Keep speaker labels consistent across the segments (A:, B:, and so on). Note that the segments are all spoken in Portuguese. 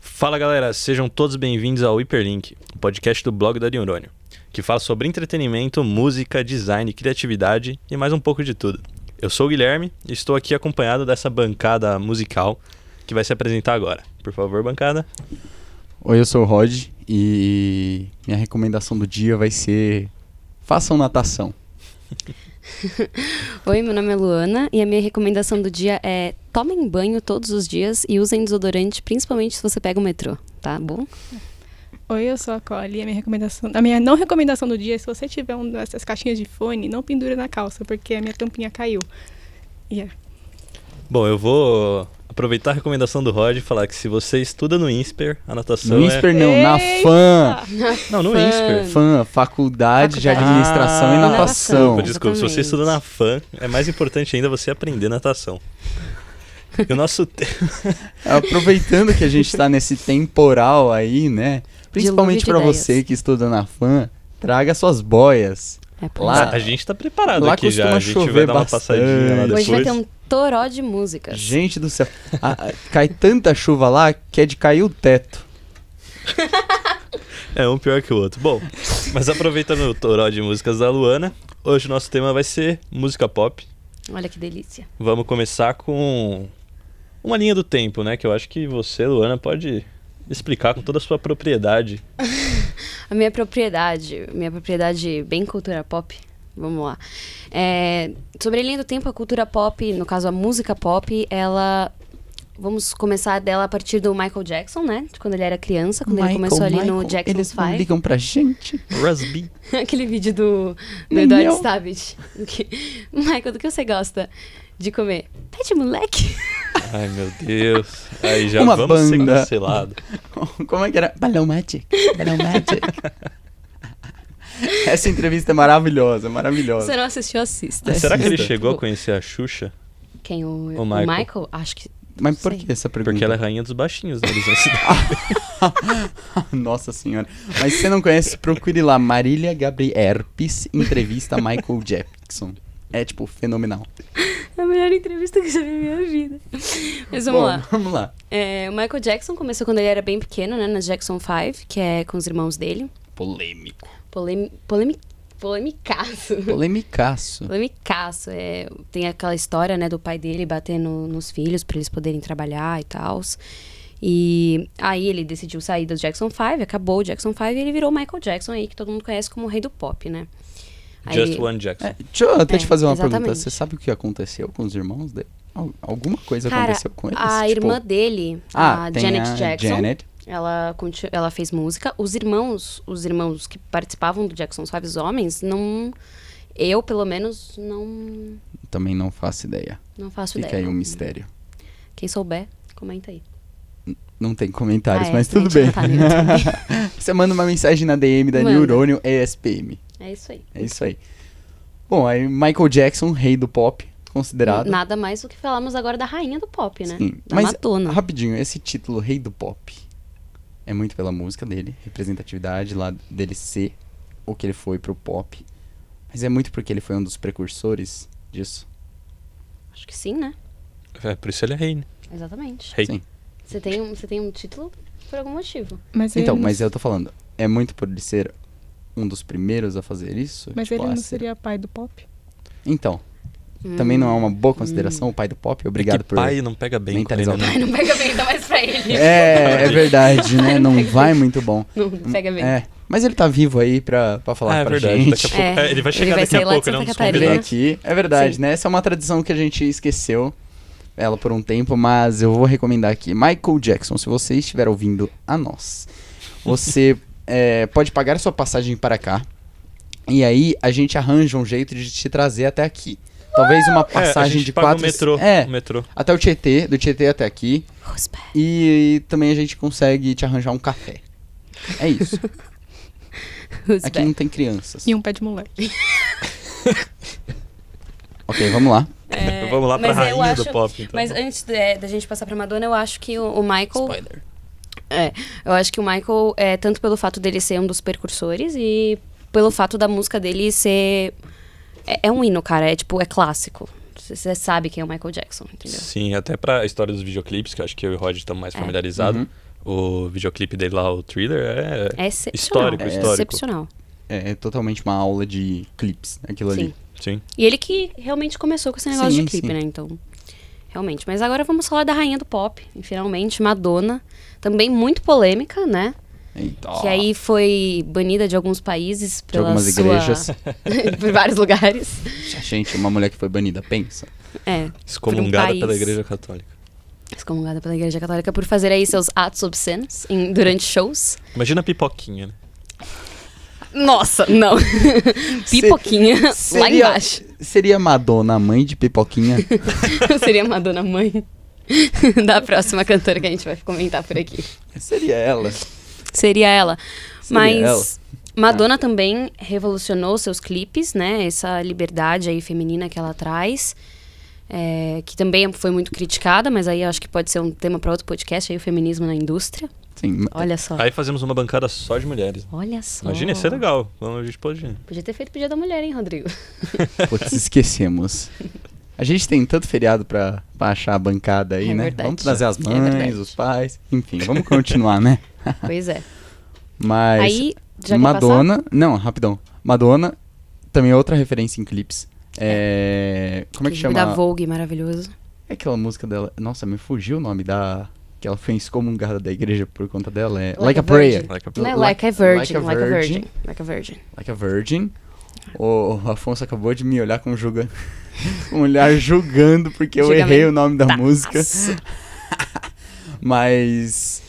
A: Fala galera, sejam todos bem-vindos ao Hiperlink, o podcast do blog da Neurônio, que fala sobre entretenimento, música, design, criatividade e mais um pouco de tudo. Eu sou o Guilherme e estou aqui acompanhado dessa bancada musical que vai se apresentar agora. Por favor, bancada.
B: Oi, eu sou o Rod e minha recomendação do dia vai ser façam natação.
C: Oi, meu nome é Luana e a minha recomendação do dia é tomem banho todos os dias e usem desodorante, principalmente se você pega o metrô, tá bom?
D: Oi, eu sou a Cole e a minha recomendação, a minha não recomendação do dia é se você tiver uma dessas caixinhas de fone, não pendura na calça, porque a minha tampinha caiu. E é.
A: Bom, eu vou aproveitar a recomendação do Rod e falar que se você estuda no INSPER, a natação
B: no
A: é...
B: INSPER não, na
D: Eita!
B: FAN.
A: Não, no INSPER.
B: FAN, Faculdade de
C: Faculdade.
B: Administração e
A: Ah,
B: Natação.
A: Desculpa, desculpa. Se você
C: Exatamente.
A: estuda na FAM, é mais importante ainda você aprender natação. E o nosso te-
B: É, Aproveitando que a gente está nesse temporal aí, né? Principalmente
C: de
B: para
C: ideias.
B: você que estuda na FAN, traga suas boias.
C: É por
B: Lá-
C: isso.
A: a gente tá preparado
B: Lá
A: aqui já.
B: costuma
A: A gente vai
B: chover
A: dar uma passadinha lá
B: bastante.
A: depois.
C: Hoje vai ter um toró de músicas.
B: é Gente do céu, a- a- cai tanta chuva lá que é de cair o teto.
A: É um pior que o outro. Bom, mas aproveitando o toró de músicas da Luana, hoje o nosso tema vai ser música pop.
C: Olha que delícia.
A: Vamos começar com uma linha do tempo, né? Que eu acho que você, Luana, pode explicar com toda a sua propriedade.
C: A minha propriedade, minha propriedade bem cultura pop. Vamos lá. É, sobre a linha do tempo, a cultura pop, no caso a música pop, ela. Vamos começar dela a partir do Michael Jackson, né? De quando ele era criança, quando ele
B: Michael,
C: começou ali no
B: Michael,
C: Jackson
B: Eles não
C: 5.
B: ligam pra gente.
A: Rasby.
C: Aquele vídeo do, do
B: Nem
C: Eduardo
B: eu.
C: Stabbit. Do que- Michael, do que você gosta de comer? Pé de moleque?
A: Ai, meu Deus. Aí já
B: Uma
A: vamos ser
B: banda.
A: cancelados.
B: Como é que era? Balão Magic. Balão Magic. Essa entrevista é maravilhosa,
C: Se Você
B: maravilhosa.
C: não assistiu, assista.
B: Mas
A: Será que ele
B: Assista.
A: chegou a conhecer a Xuxa?
C: Quem? O,
A: O
C: o
A: Michael.
C: Michael. Acho que.
B: Mas por
C: Sim.
B: que essa pergunta?
A: Porque ela é rainha dos baixinhos, né? Eles vão se dar. é
B: Nossa senhora. Mas se você não conhece, procure lá. Marília Gabriel Herpes entrevista Michael Jackson. É, tipo, fenomenal.
C: É a melhor entrevista que eu já vi na minha vida. Mas vamos
B: Bom,
C: lá.
B: Vamos lá.
C: É, o Michael Jackson começou quando ele era bem pequeno, né? Na Jackson 5, que é com os irmãos dele.
B: Polêmico.
C: Polemi, polemi, polemicaço.
B: Polêmicaço.
C: Polemicaço. É, tem aquela história, né, do pai dele bater no- nos filhos pra eles poderem trabalhar e tal. E aí ele decidiu sair do Jackson 5, acabou o Jackson 5 e ele virou o Michael Jackson aí, que todo mundo conhece como o rei do pop, né? Aí
A: Just
C: ele-
A: One Jackson.
B: É, deixa eu até
C: É,
B: te fazer uma pergunta.
C: exatamente.
B: Você sabe o que aconteceu com os irmãos dele? Al- Alguma coisa
C: Cara,
B: aconteceu com eles?
C: a
B: Tipo,
C: irmã dele,
B: ah,
C: a
B: tem
C: Janet
B: a
C: Jackson,
B: Janet.
C: Ela, conti- ela fez música. Os irmãos, os irmãos que participavam do Jackson 5, os homens, não. Eu, pelo menos, não,
B: Também não faço ideia.
C: não faço
B: Fica
C: ideia.
B: aí um mistério.
C: Quem souber, comenta aí.
B: Não tem comentários,
C: Ah, é,
B: mas
C: também
B: tudo
C: tinha
B: bem.
D: tá
C: notado
B: Você manda uma mensagem na DM da
C: Manda.
B: Neurônio ESPM.
C: É isso aí.
B: É isso aí. Bom, aí Michael Jackson, rei do pop, considerado.
C: Nada mais do que falamos agora da rainha do pop, né?
B: Sim.
C: Da
B: Mas
C: Madonna.
B: rapidinho, esse título, rei do pop, é muito pela música dele, representatividade lá dele ser o que ele foi pro pop. Mas é muito porque ele foi um dos precursores disso.
C: Acho que sim, né?
A: É, por isso ele é rei, né?
C: Exatamente.
A: Rei.
B: Sim.
C: Você tem um, você tem um título por algum motivo.
D: Mas
B: Então,
D: ele,
B: mas eu tô falando, é muito por ele ser um dos primeiros a fazer isso.
D: mas
B: tipo,
D: ele
B: a
D: não
B: ser-
D: seria pai do pop?
B: Então, também não é uma boa
D: Hum.
B: consideração o pai do pop. Obrigado
A: é que
B: por.
A: pai não pega bem com ele,
B: mentalizar.
A: né?
C: Ai, não pega bem, ainda mais pra ele.
B: É, é verdade, né? Não vai muito bom.
C: Não pega bem.
B: É, mas ele tá vivo aí pra, pra falar
A: Ah, é
B: pra
A: verdade.
B: gente.
A: Daqui a pouco.
C: É,
A: é, ele vai chegar
C: ele vai
A: daqui a
C: sair lá de
A: pouco, ele é um
C: Santa
A: dos
B: Ele
C: Catarina.
B: vem
A: convidados.
B: aqui, é verdade,
C: Sim.
B: né? Essa é uma tradição que a gente esqueceu ela por um tempo, mas eu vou recomendar aqui. Michael Jackson, se você estiver ouvindo a nós, você é, pode pagar sua passagem para cá. E aí a gente arranja um jeito de te trazer até aqui. Talvez uma
A: É, a
B: passagem
A: gente
B: de
A: paga
B: quatro.
A: o metrô.
B: É,
A: O metrô.
B: até o Tietê, do Tietê até aqui.
C: Who's back?
B: E, também a gente consegue te arranjar um café. É isso.
C: Who's
B: Aqui
C: back?
B: não tem crianças.
D: E um pé de moleque.
B: Ok, vamos lá.
C: É,
A: Vamos lá pra
C: mas eu
A: rainha do
C: acho-
A: pop, então.
C: Mas antes de- da gente passar pra Madonna, eu acho que o, o Michael. É, eu acho que o Michael, é, tanto pelo fato dele ser um dos precursores e pelo fato da música dele ser. É, é um hino, cara. É tipo, é clássico. Você sabe quem é o Michael Jackson, entendeu? É.
B: Uhum.
A: Sim, até pra história dos videoclipes, que eu acho que eu e o Rod estamos mais familiarizados. O videoclipe dele lá, o thriller, é.
C: É excepcional.
A: Histórico,
C: é
A: histórico.
C: Excepcional.
B: É, é totalmente uma aula de clips, né, aquilo ali.
C: Sim.
A: Sim.
C: E ele que realmente começou com esse negócio
B: Sim,
C: de clipe,
B: sim.
C: né? Então, realmente. Mas agora vamos falar da rainha do pop, e finalmente, Madonna. Também muito polêmica, né?
B: Eita.
C: Que aí foi banida de alguns países
B: de
C: pela
B: algumas
C: sua-
B: igrejas.
C: por vários lugares.
B: Gente, uma mulher que foi banida, pensa.
C: É,
A: Excomungada
C: país.
A: pela Igreja Católica.
C: excomungada pela Igreja Católica por fazer aí seus atos obscenos em- durante shows.
A: Imagina a pipoquinha, né?
C: Nossa, não. Pipoquinha Um lá
B: Seria-
C: embaixo.
B: Seria Madonna, a mãe de pipoquinha?
C: Seria Madonna Mãe da próxima cantora que a gente vai comentar por aqui.
B: seria ela.
C: Seria ela.
B: Seria
C: Mas
B: ela.
C: Madonna também revolucionou seus clipes, né? Essa liberdade aí feminina que ela traz. é, que também foi muito criticada, mas aí eu acho que pode ser um tema para outro podcast aí, o feminismo na indústria.
B: Sim,
C: Olha só.
A: Aí fazemos uma bancada só de mulheres.
C: Olha só.
A: Imagina, ia ser legal. Então a gente pode.
C: Podia ter feito o dia da mulher, hein, Rodrigo?
B: Putz, esquecemos. A gente tem tanto feriado pra, pra achar a bancada aí,
C: É
B: né?
C: verdade.
B: Vamos trazer as
C: É
B: mães,
C: verdade.
B: os pais, enfim, vamos continuar, né?
C: Pois é.
B: Mas
C: aí, já quer
B: É Madonna, não, rapidão. Madonna também é outra referência em clipes. É,
C: passar?
B: como é que
C: Clipe
B: chama?
C: Da Vogue, maravilhoso.
B: É aquela música dela. Nossa, me fugiu o nome da que ela foi excomungada da igreja por conta dela, é Like, a Prayer.
A: Like a-
C: Não é
B: Like-
C: like, a virgin,
B: Like a
C: like a
B: Virgin.
C: virgin, like a virgin.
B: Like a Virgin. O Afonso acabou de me olhar com julga... um olhar julgando porque eu
C: Julgamento.
B: errei o nome da
C: Tá.
B: música. Mas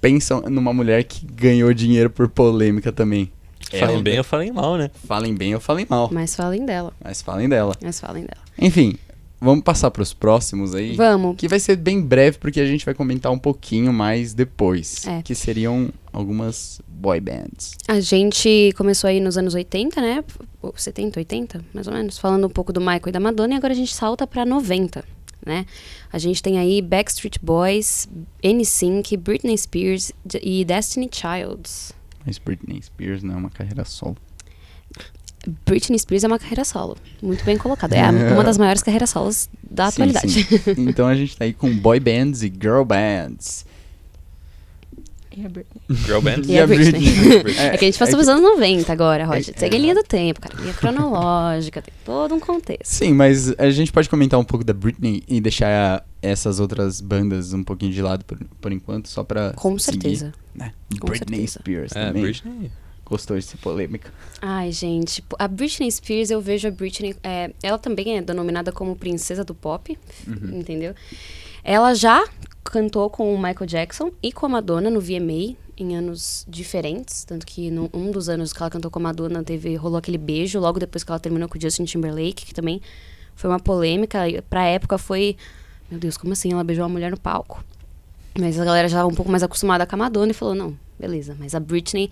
B: pensam numa mulher que ganhou dinheiro por polêmica também.
A: Falem
B: Ela-
A: bem ou falem mal, né?
B: Falem bem ou falem mal,
C: Mas falem dela,
B: mas falem dela.
C: mas falem dela.
B: Enfim, vamos passar pros próximos aí.
C: Vamos.
B: Que vai ser bem breve porque a gente vai comentar um pouquinho mais depois,
C: É.
B: que seriam algumas boy bands.
C: A gente começou aí nos anos 80, né? Ou 70, 80, mais ou menos, falando um pouco do Michael e da Madonna, e agora a gente salta pra 90, né? A gente tem aí Backstreet Boys, NSYNC, Britney Spears d- e Destiny Childs.
B: Mas Britney Spears não é uma carreira solo.
C: Britney Spears é uma carreira solo, muito bem colocada. É a- uma das maiores carreiras solos da
B: Sim,
C: atualidade.
B: sim. Então a gente tá aí com boy bands e girl bands.
D: E a Britney.
A: Girl band.
C: E a Britney. É, que a gente passou pros
B: que-
C: anos 90 agora, Rod.
B: É-
C: Segue
B: é.
C: a linha do tempo, cara. Linha cronológica, tem todo um contexto.
B: Sim, mas a gente pode comentar um pouco da Britney e deixar essas outras bandas um pouquinho de lado por, por enquanto, só pra.
C: Com
B: seguir,
C: certeza.
B: né?
C: Com
B: Britney
C: certeza.
B: Spears
A: É,
B: também.
A: Britney.
B: Gostou de ser polêmica.
C: Ai, gente. pô, A Britney Spears, eu vejo a Britney. é, ela também é denominada como princesa do pop,
B: Uhum.
C: entendeu? Ela já cantou com o Michael Jackson e com a Madonna no VMA em anos diferentes. Tanto que num um dos anos que ela cantou com a Madonna, teve, rolou aquele beijo logo depois que ela terminou com o Justin Timberlake, que também foi uma polêmica. e Pra época foi. Meu Deus, como assim? Ela beijou uma mulher no palco. Mas a galera já estava um pouco mais acostumada com a Madonna e falou, não, beleza. Mas a Britney,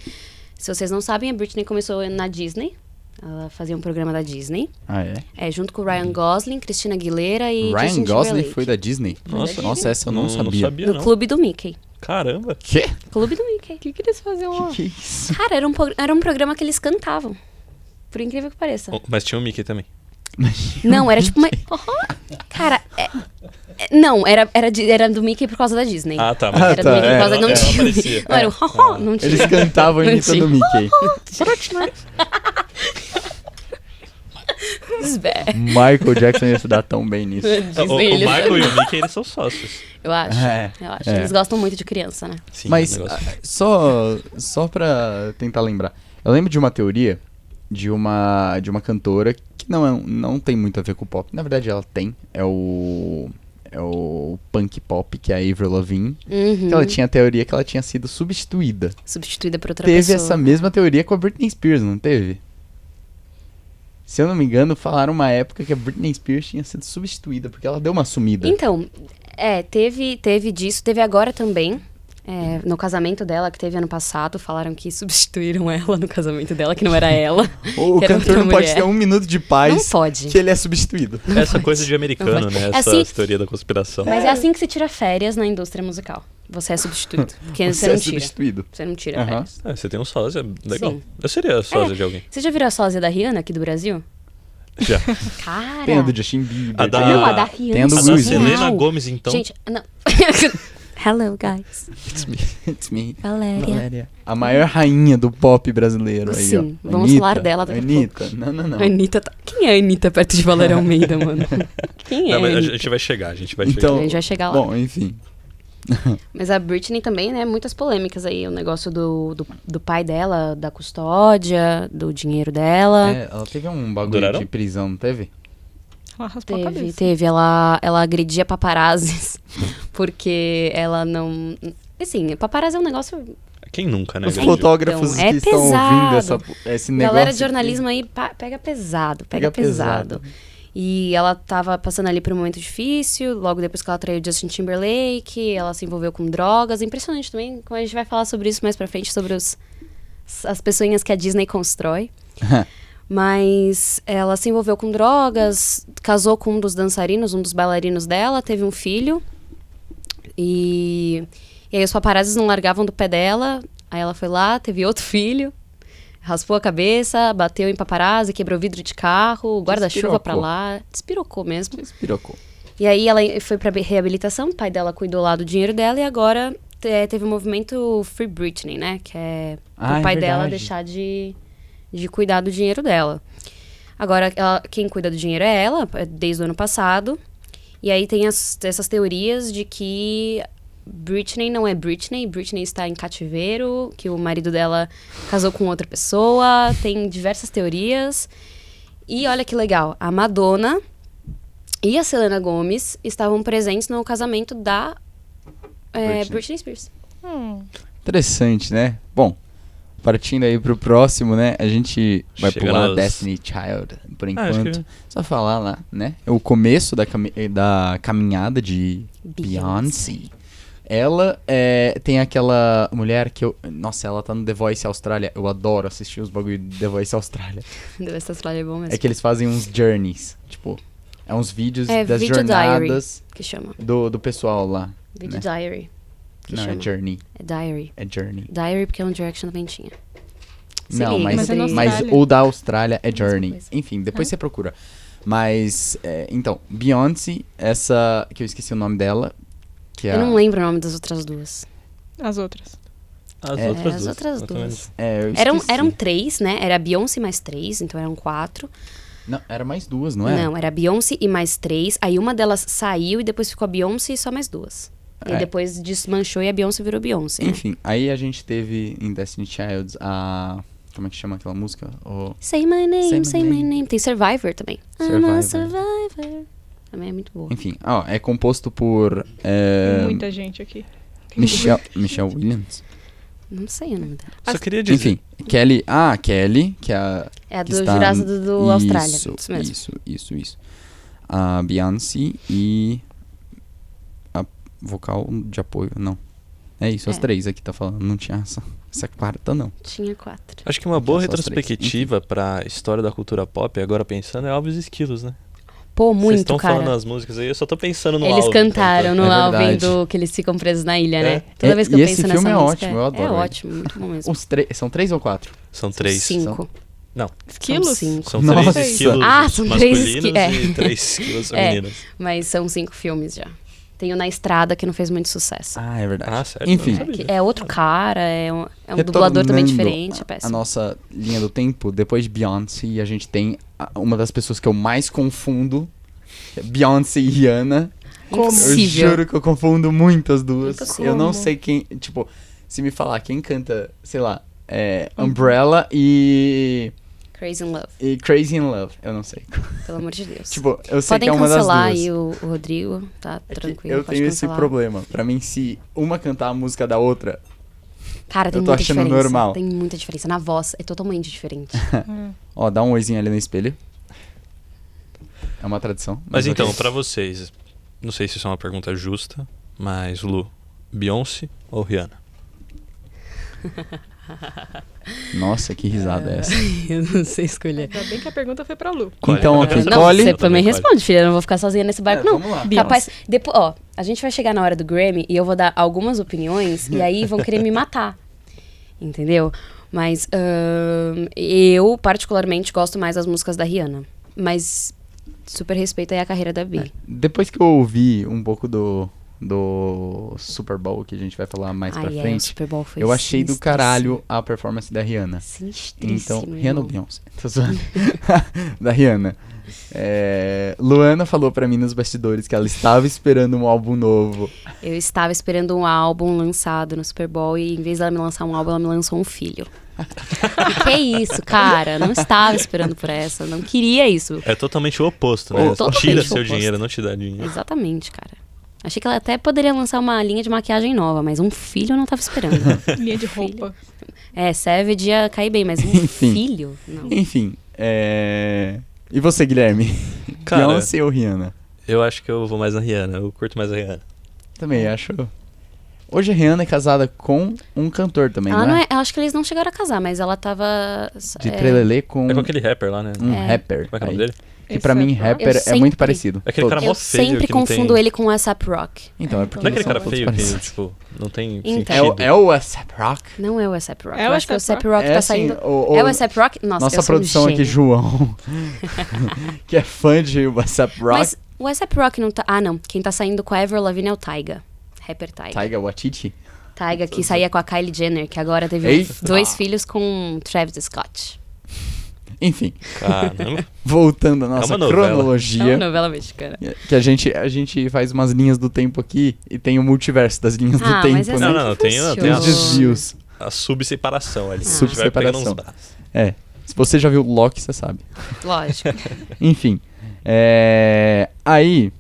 C: se vocês não sabem, a Britney começou na Disney. Ela fazia um programa da Disney.
B: Ah, é?
C: É, junto com o Ryan Gosling, Cristina Aguilera e
B: Ryan
C: Justin
B: Gosling
C: Timberlake.
B: foi da Disney?
A: Nossa,
B: Nossa, essa eu não, sabia.
A: Não sabia,
C: Do
A: não.
C: Clube do Mickey.
A: Caramba.
B: Quê?
C: Clube do Mickey.
D: O que, que eles faziam lá?
B: Que que é isso?
C: Cara, era um, pro- era um programa que eles cantavam. Por incrível que pareça.
A: Oh, Mas tinha o Mickey também.
C: Não, era tipo uma... Uhum. Cara, é- é- Não, era, era, de- era do Mickey por causa da Disney.
A: Ah, tá. Mas
B: Ah,
C: era
B: tá,
C: do Mickey
B: é,
C: por causa... Não
A: ela- ela
C: tinha...
A: aparecia.
C: Não, era o...
A: É.
C: Não tinha.
B: Eles cantavam
C: Não
B: imitando
C: tinha.
B: o Mickey.
C: né?
B: Michael Jackson ia se dar tão bem nisso.
A: O, o Michael e o Mickey, eles são sócios.
C: Eu acho.
B: É,
C: eu acho.
B: é.
C: Eles gostam muito de criança, né?
A: Sim,
B: Mas
A: o negócio-
B: ah, só só para tentar lembrar. Eu lembro de uma teoria de uma de uma cantora que não é, um- não tem muito a ver com o pop. Na verdade ela tem, é o é o punk pop que é a Avril Lavigne.
C: Uhum.
B: Que ela tinha a teoria que ela tinha sido substituída.
C: Substituída por outra
B: teve
C: pessoa.
B: essa mesma teoria com a Britney Spears, não teve? Se eu não me engano, falaram uma época que a Britney Spears tinha sido substituída porque ela deu uma sumida.
C: Então, é, teve, teve disso, teve agora também. é, no casamento dela, que teve ano passado, falaram que substituíram ela no casamento dela, que não era ela.
B: O
C: que era
B: cantor
C: outra
B: não pode
C: mulher.
B: ter um minuto de paz.
C: Não pode.
B: Que ele é substituído.
A: Essa coisa de americano,
C: Não vai-
A: né?
C: É
A: Essa
C: assim-
A: teoria da conspiração.
C: Mas é assim que se tira férias na indústria musical. Você é substituído. Porque você,
B: é
C: não tira.
B: substituído.
C: Você não tira
B: Aham.
C: férias.
A: Ah, você tem um sósia, legal.
C: Sim.
A: Eu seria sósia
C: É.
A: de alguém.
C: Você já virou a sósia da Rihanna aqui do Brasil?
A: Já.
C: Cara!
B: Tem a do Justin Bieber.
A: A da- então.
B: tem
C: Não,
B: a-
C: a da
B: tem a
C: Rihanna.
B: do
A: A
C: é
A: da
B: Will
C: surreal.
A: Selena Gomes, então.
C: Gente, não. Hello, guys.
B: It's me. It's me.
C: Valéria.
B: Valéria. A maior rainha do pop brasileiro aí, ó.
C: Sim, vamos
B: Anitta.
C: falar dela daqui a
B: Anitta. Não, não, não.
C: Anitta tá... Quem é a Anitta perto de Valéria Almeida, mano? Quem é?
A: Não, mas a
C: Anitta?
A: gente vai chegar, a gente vai
B: Então-
C: A gente vai chegar lá.
B: Bom, enfim.
C: Mas a Britney também, né? Muitas polêmicas aí. O negócio do, do, do pai dela, da custódia, do dinheiro dela.
B: É, ela teve um bagulho
A: Duraram?
B: de prisão, não teve?
D: Ela raspou a
C: Teve,
D: cabeça.
C: teve. Ela, ela agredia paparazzis porque ela não. Assim, paparazzi é um negócio.
A: chegar. Quem nunca, né?
B: Os
A: Grande?
B: fotógrafos
C: Então, é
B: que estão ouvindo
C: pesado.
B: essa, esse Um negócio.
C: Galera de
B: aqui.
C: jornalismo aí pa- pega pesado,
B: Pega
C: pega,
B: pesado.
C: pesado. E ela tava passando ali por um momento difícil, logo depois que ela traiu Justin Timberlake, ela se envolveu com drogas. Impressionante também, como a gente vai falar sobre isso mais pra frente, sobre os, as pessoinhas que a Disney constrói. Mas ela se envolveu com drogas, casou com um dos dançarinos, um dos bailarinos dela, teve um filho. E, e aí os paparazzis não largavam do pé dela. Aí ela foi lá, teve outro filho, raspou a cabeça, bateu em paparazzi, quebrou vidro de carro, guarda-chuva pra
B: Despirocou.
C: lá, despirocou mesmo.
B: Despirocou.
C: E aí ela foi pra be- reabilitação, o pai dela cuidou lá do dinheiro dela e agora eh, teve o movimento Free Britney, né? Que é
B: Ah, é
C: o pai dela
B: verdade.
C: deixar de, de cuidar do dinheiro dela. Agora, ela- quem cuida do dinheiro é ela, é desde o ano passado. E aí tem as- essas teorias de que Britney não é Britney, Britney está em cativeiro, que o marido dela casou com outra pessoa, tem diversas teorias. E olha que legal, a Madonna e a Selena Gomes estavam presentes no casamento da é,
B: Britney.
C: Britney. Spears.
D: Hum,
B: Interessante, né? Bom, partindo aí pro próximo, né? A gente vai
A: Chega
B: pular
A: nos-
B: Destiny Child, por
A: Ah, acho
B: enquanto. Só falar lá, né? É o começo da, cami- da caminhada de
C: Beyoncé.
B: Beyoncé. Ela é, tem aquela mulher que eu. Nossa, ela tá no The Voice Austrália. Eu adoro assistir os bagulho de The Voice Austrália.
C: Deve estar é bom mesmo.
B: É que eles fazem uns journeys. Tipo, é uns vídeos
C: É,
B: das
C: video diary.
B: jornadas
C: que chama.
B: do, do pessoal lá.
C: Video
B: né?
C: Diary. Que
B: Não, é
C: chama.
B: journey.
C: É Diary.
B: É journey.
C: Diary porque One Direction também tinha. Se
B: Não,
C: liga,
B: mas,
D: Mas é na
C: Rodrigo.
B: mas
D: Austrália.
B: o da Austrália é
C: Mesma
B: Journey.
C: coisa. Ah.
B: Enfim, depois você procura. Mas, é, então, Beyoncé, essa que eu esqueci o nome dela, que é,
C: Eu não
B: a-
C: lembro o nome das outras duas.
D: as outras.
A: As
B: É,
A: outras
C: as
A: duas.
C: outras
A: mais ou
C: duas.
A: menos.
B: é, eu
C: Eram,
B: esqueci.
C: eram três, né? um- Era a Beyoncé mais três, então eram quatro.
B: Não, era mais duas, não é? era?
C: Não, era a Beyoncé e mais três. Aí uma delas saiu e depois ficou a Beyoncé e só mais duas. E
B: É. Hum.
C: aí depois desmanchou e a Beyoncé virou Beyoncé. Né?
B: Enfim, aí a gente teve em Destiny Child a... Como é que chama aquela música? O-
C: Say my name,
B: Say
C: say
B: my
C: my,
B: name.
C: name. Tem Survivor também. I'm
B: Survivor.
C: a survivor. Também é muito boa.
B: Enfim, ó, é composto por... é,
D: Muita gente aqui.
B: Michelle, Michelle Williams?
C: Não sei o nome dela.
A: Só
D: As-
A: queria dizer.
B: Enfim, Kelly... Ah, Kelly, que é a...
C: É a
B: que
C: do
B: está-
C: Jurassic do, do
B: isso,
C: Austrália. Isso mesmo.
B: Isso, isso, isso. A Beyoncé e a vocal de apoio, não. É isso, as
C: É.
B: três aqui tá falando. Não tinha essa, essa quarta, não.
C: Tinha quatro.
A: Acho que uma boa
B: Só as três.
A: retrospectiva pra história da cultura pop, agora pensando, é Alves Esquilos, né?
C: Pô,
A: Vocês
C: muito,
A: estão
C: cara.
A: falando as músicas aí, eu só tô pensando no
C: Eles
A: Alves,
C: cantaram
A: então,
C: no
B: É
C: Alvin
B: verdade.
C: do que eles ficam presos na ilha, né?
A: É.
C: Toda
B: É,
C: vez que
B: e
C: eu
B: esse
C: penso nessa
B: filme é
C: música.
B: ótimo, eu adoro ele.
C: É ótimo, muito bom mesmo.
B: Os três. São três ou quatro?
A: São três.
C: Cinco.
D: Esquilos?
C: Cinco.
A: São
B: Nossa.
A: três esquilos
C: Ah, são três
A: masculinos
C: esqui- é.
A: e três esquilos
C: É.
A: femininos.
C: Mas são cinco filmes já. Tem o Na Estrada, que não fez muito sucesso.
B: Ah, é verdade.
A: Ah, sério?
B: Enfim.
A: Não
C: É,
A: sabia.
C: que é outro cara, é um, é um
B: Retornando
C: dublador também
B: a-
C: diferente. É
B: A
C: péssimo.
B: nossa linha do tempo, depois de Beyoncé, a gente tem a- uma das pessoas que eu mais confundo, que é Beyoncé e Rihanna.
C: Impossível.
B: Eu juro que eu confundo muito as duas.
C: Impossível.
B: Eu não sei quem. Tipo, se me falar quem canta, sei lá, é
C: Uhum.
B: Umbrella e.
C: Crazy in Love,
B: e Crazy in Love. Eu não sei.
C: pelo amor de Deus.
B: Tipo, eu sei
C: Podem
B: que é uma das duas.
C: cancelar aí o, o Rodrigo, tá
B: É que
C: tranquilo.
B: eu
C: pode
B: tenho esse
C: cancelar.
B: problema. Pra mim, se uma cantar a música da outra.
C: Cara, tem
B: Eu tô
C: muita
B: achando
C: diferença.
B: normal.
C: Tem muita diferença. Na voz é totalmente diferente.
D: É.
B: Ó, dá um oizinho ali no espelho. É uma tradição.
A: Mas
B: ok.
A: então, pra vocês, não sei se isso é uma pergunta justa, mas Lu, Beyoncé ou Rihanna?
B: Nossa, que risada é essa.
C: eu não sei escolher.
D: Ainda bem que a pergunta foi pra Lu.
A: Escolhe.
B: Então, aqui,
C: não,
B: escolhe.
C: você também
A: Escolhe.
C: responde, filha. Eu não vou ficar sozinha nesse barco,
B: É,
C: não.
B: vamos lá.
C: Capaz. Depois, ó, a gente vai chegar na hora do Grammy e eu vou dar algumas opiniões e aí vão querer me matar. Entendeu? Mas ahn, eu, particularmente, gosto mais das músicas da Rihanna.
B: É,
C: Mas super respeito aí a carreira da Bi.
B: Depois que eu ouvi um pouco do, do Super Bowl, que a gente vai falar mais pra
C: Ai, é, o
B: frente.
C: Super Bowl foi
B: Eu achei do
C: sinistríssimo.
B: caralho a performance da Rihanna. Então,
C: Sinistríssimo,
B: Rihanna
C: irmão.
B: ou Beyoncé? Tô zoando. da Rihanna. É, Luana falou pra mim nos bastidores que ela estava esperando um álbum novo.
C: Eu estava esperando um álbum lançado no Super Bowl e em vez dela me lançar um álbum, ela me lançou um filho. E que é isso, cara? Não estava esperando por essa, não queria isso.
A: É totalmente o oposto, né?
C: Ou totalmente
A: Tira
C: o
A: seu
C: oposto.
A: dinheiro, não te dá dinheiro.
C: Exatamente, cara. Achei que ela até poderia lançar uma linha de maquiagem nova, mas um filho eu não estava esperando.
D: Linha de roupa.
C: é, Savage ia cair bem, mas um
B: Enfim.
C: filho? Não.
B: Enfim, é... E você, Guilherme?
A: Cara,
B: Beyoncé ou Rihanna?
A: eu acho que eu vou mais na Rihanna. Eu curto mais a Rihanna.
B: Também,
C: é.
B: acho... Hoje a Rihanna é casada com um cantor também,
C: Ela
B: né?
C: não é, eu acho que eles não chegaram a casar, mas ela tava.
B: De
C: é,
B: trelelê com
A: É com aquele rapper lá, né?
B: um
C: É.
B: rapper.
A: Como é que é o
B: aí.
A: nome dele?
B: Que pra
D: Esse
B: mim,
D: é-
B: rapper é
C: sempre-
B: muito parecido.
A: É aquele cara
B: Todos.
A: mó
C: Eu
A: feio
C: sempre
A: que não
C: confundo
A: tem-
C: ele com essa Rock.
B: Então, é porque
A: Não é aquele
B: eles
A: cara
B: são todos
A: feio que,
B: parecidos.
A: tipo, não tem
C: Então.
A: sentido.
B: É o, é o ASAP Rock?
C: Não é o ASAP Rock.
D: É
C: eu
D: o
C: acho que o
D: A$AP
C: ASAP Rock
B: É
C: tá
B: assim,
C: saindo.
B: o- o-
C: É o ASAP Rock? Nossa,
B: Nossa
C: eu sou um
B: produção aqui,
C: gênio.
B: João, que é fã de WhatsApp Rock,
C: Mas o ASAP Rock não tá. Ah, não. Quem tá saindo com a Avril Lavigne é o Taiga. Rapper Taiga.
B: Taiga Watiti.
C: Taiga que saía com a Kylie Jenner, que agora teve
B: Eita.
C: dois filhos com Travis Scott.
B: Enfim,
A: Caramba.
B: voltando à nossa
A: uma novela.
C: É
B: cronologia,
C: uma novela mexicana.
B: que a gente, a gente faz umas linhas do tempo aqui e tem o multiverso das linhas do
C: Ah,
B: tempo,
C: mas é
B: né?
A: Não,
C: assim que
A: não, não, tem-
C: funciona.
B: Tem os desvios.
A: A subseparação ali.
B: Subseparação.
A: A gente vai pegando uns braços.
B: É, se você já viu Loki, você sabe.
C: Lógico.
B: Enfim, é, aí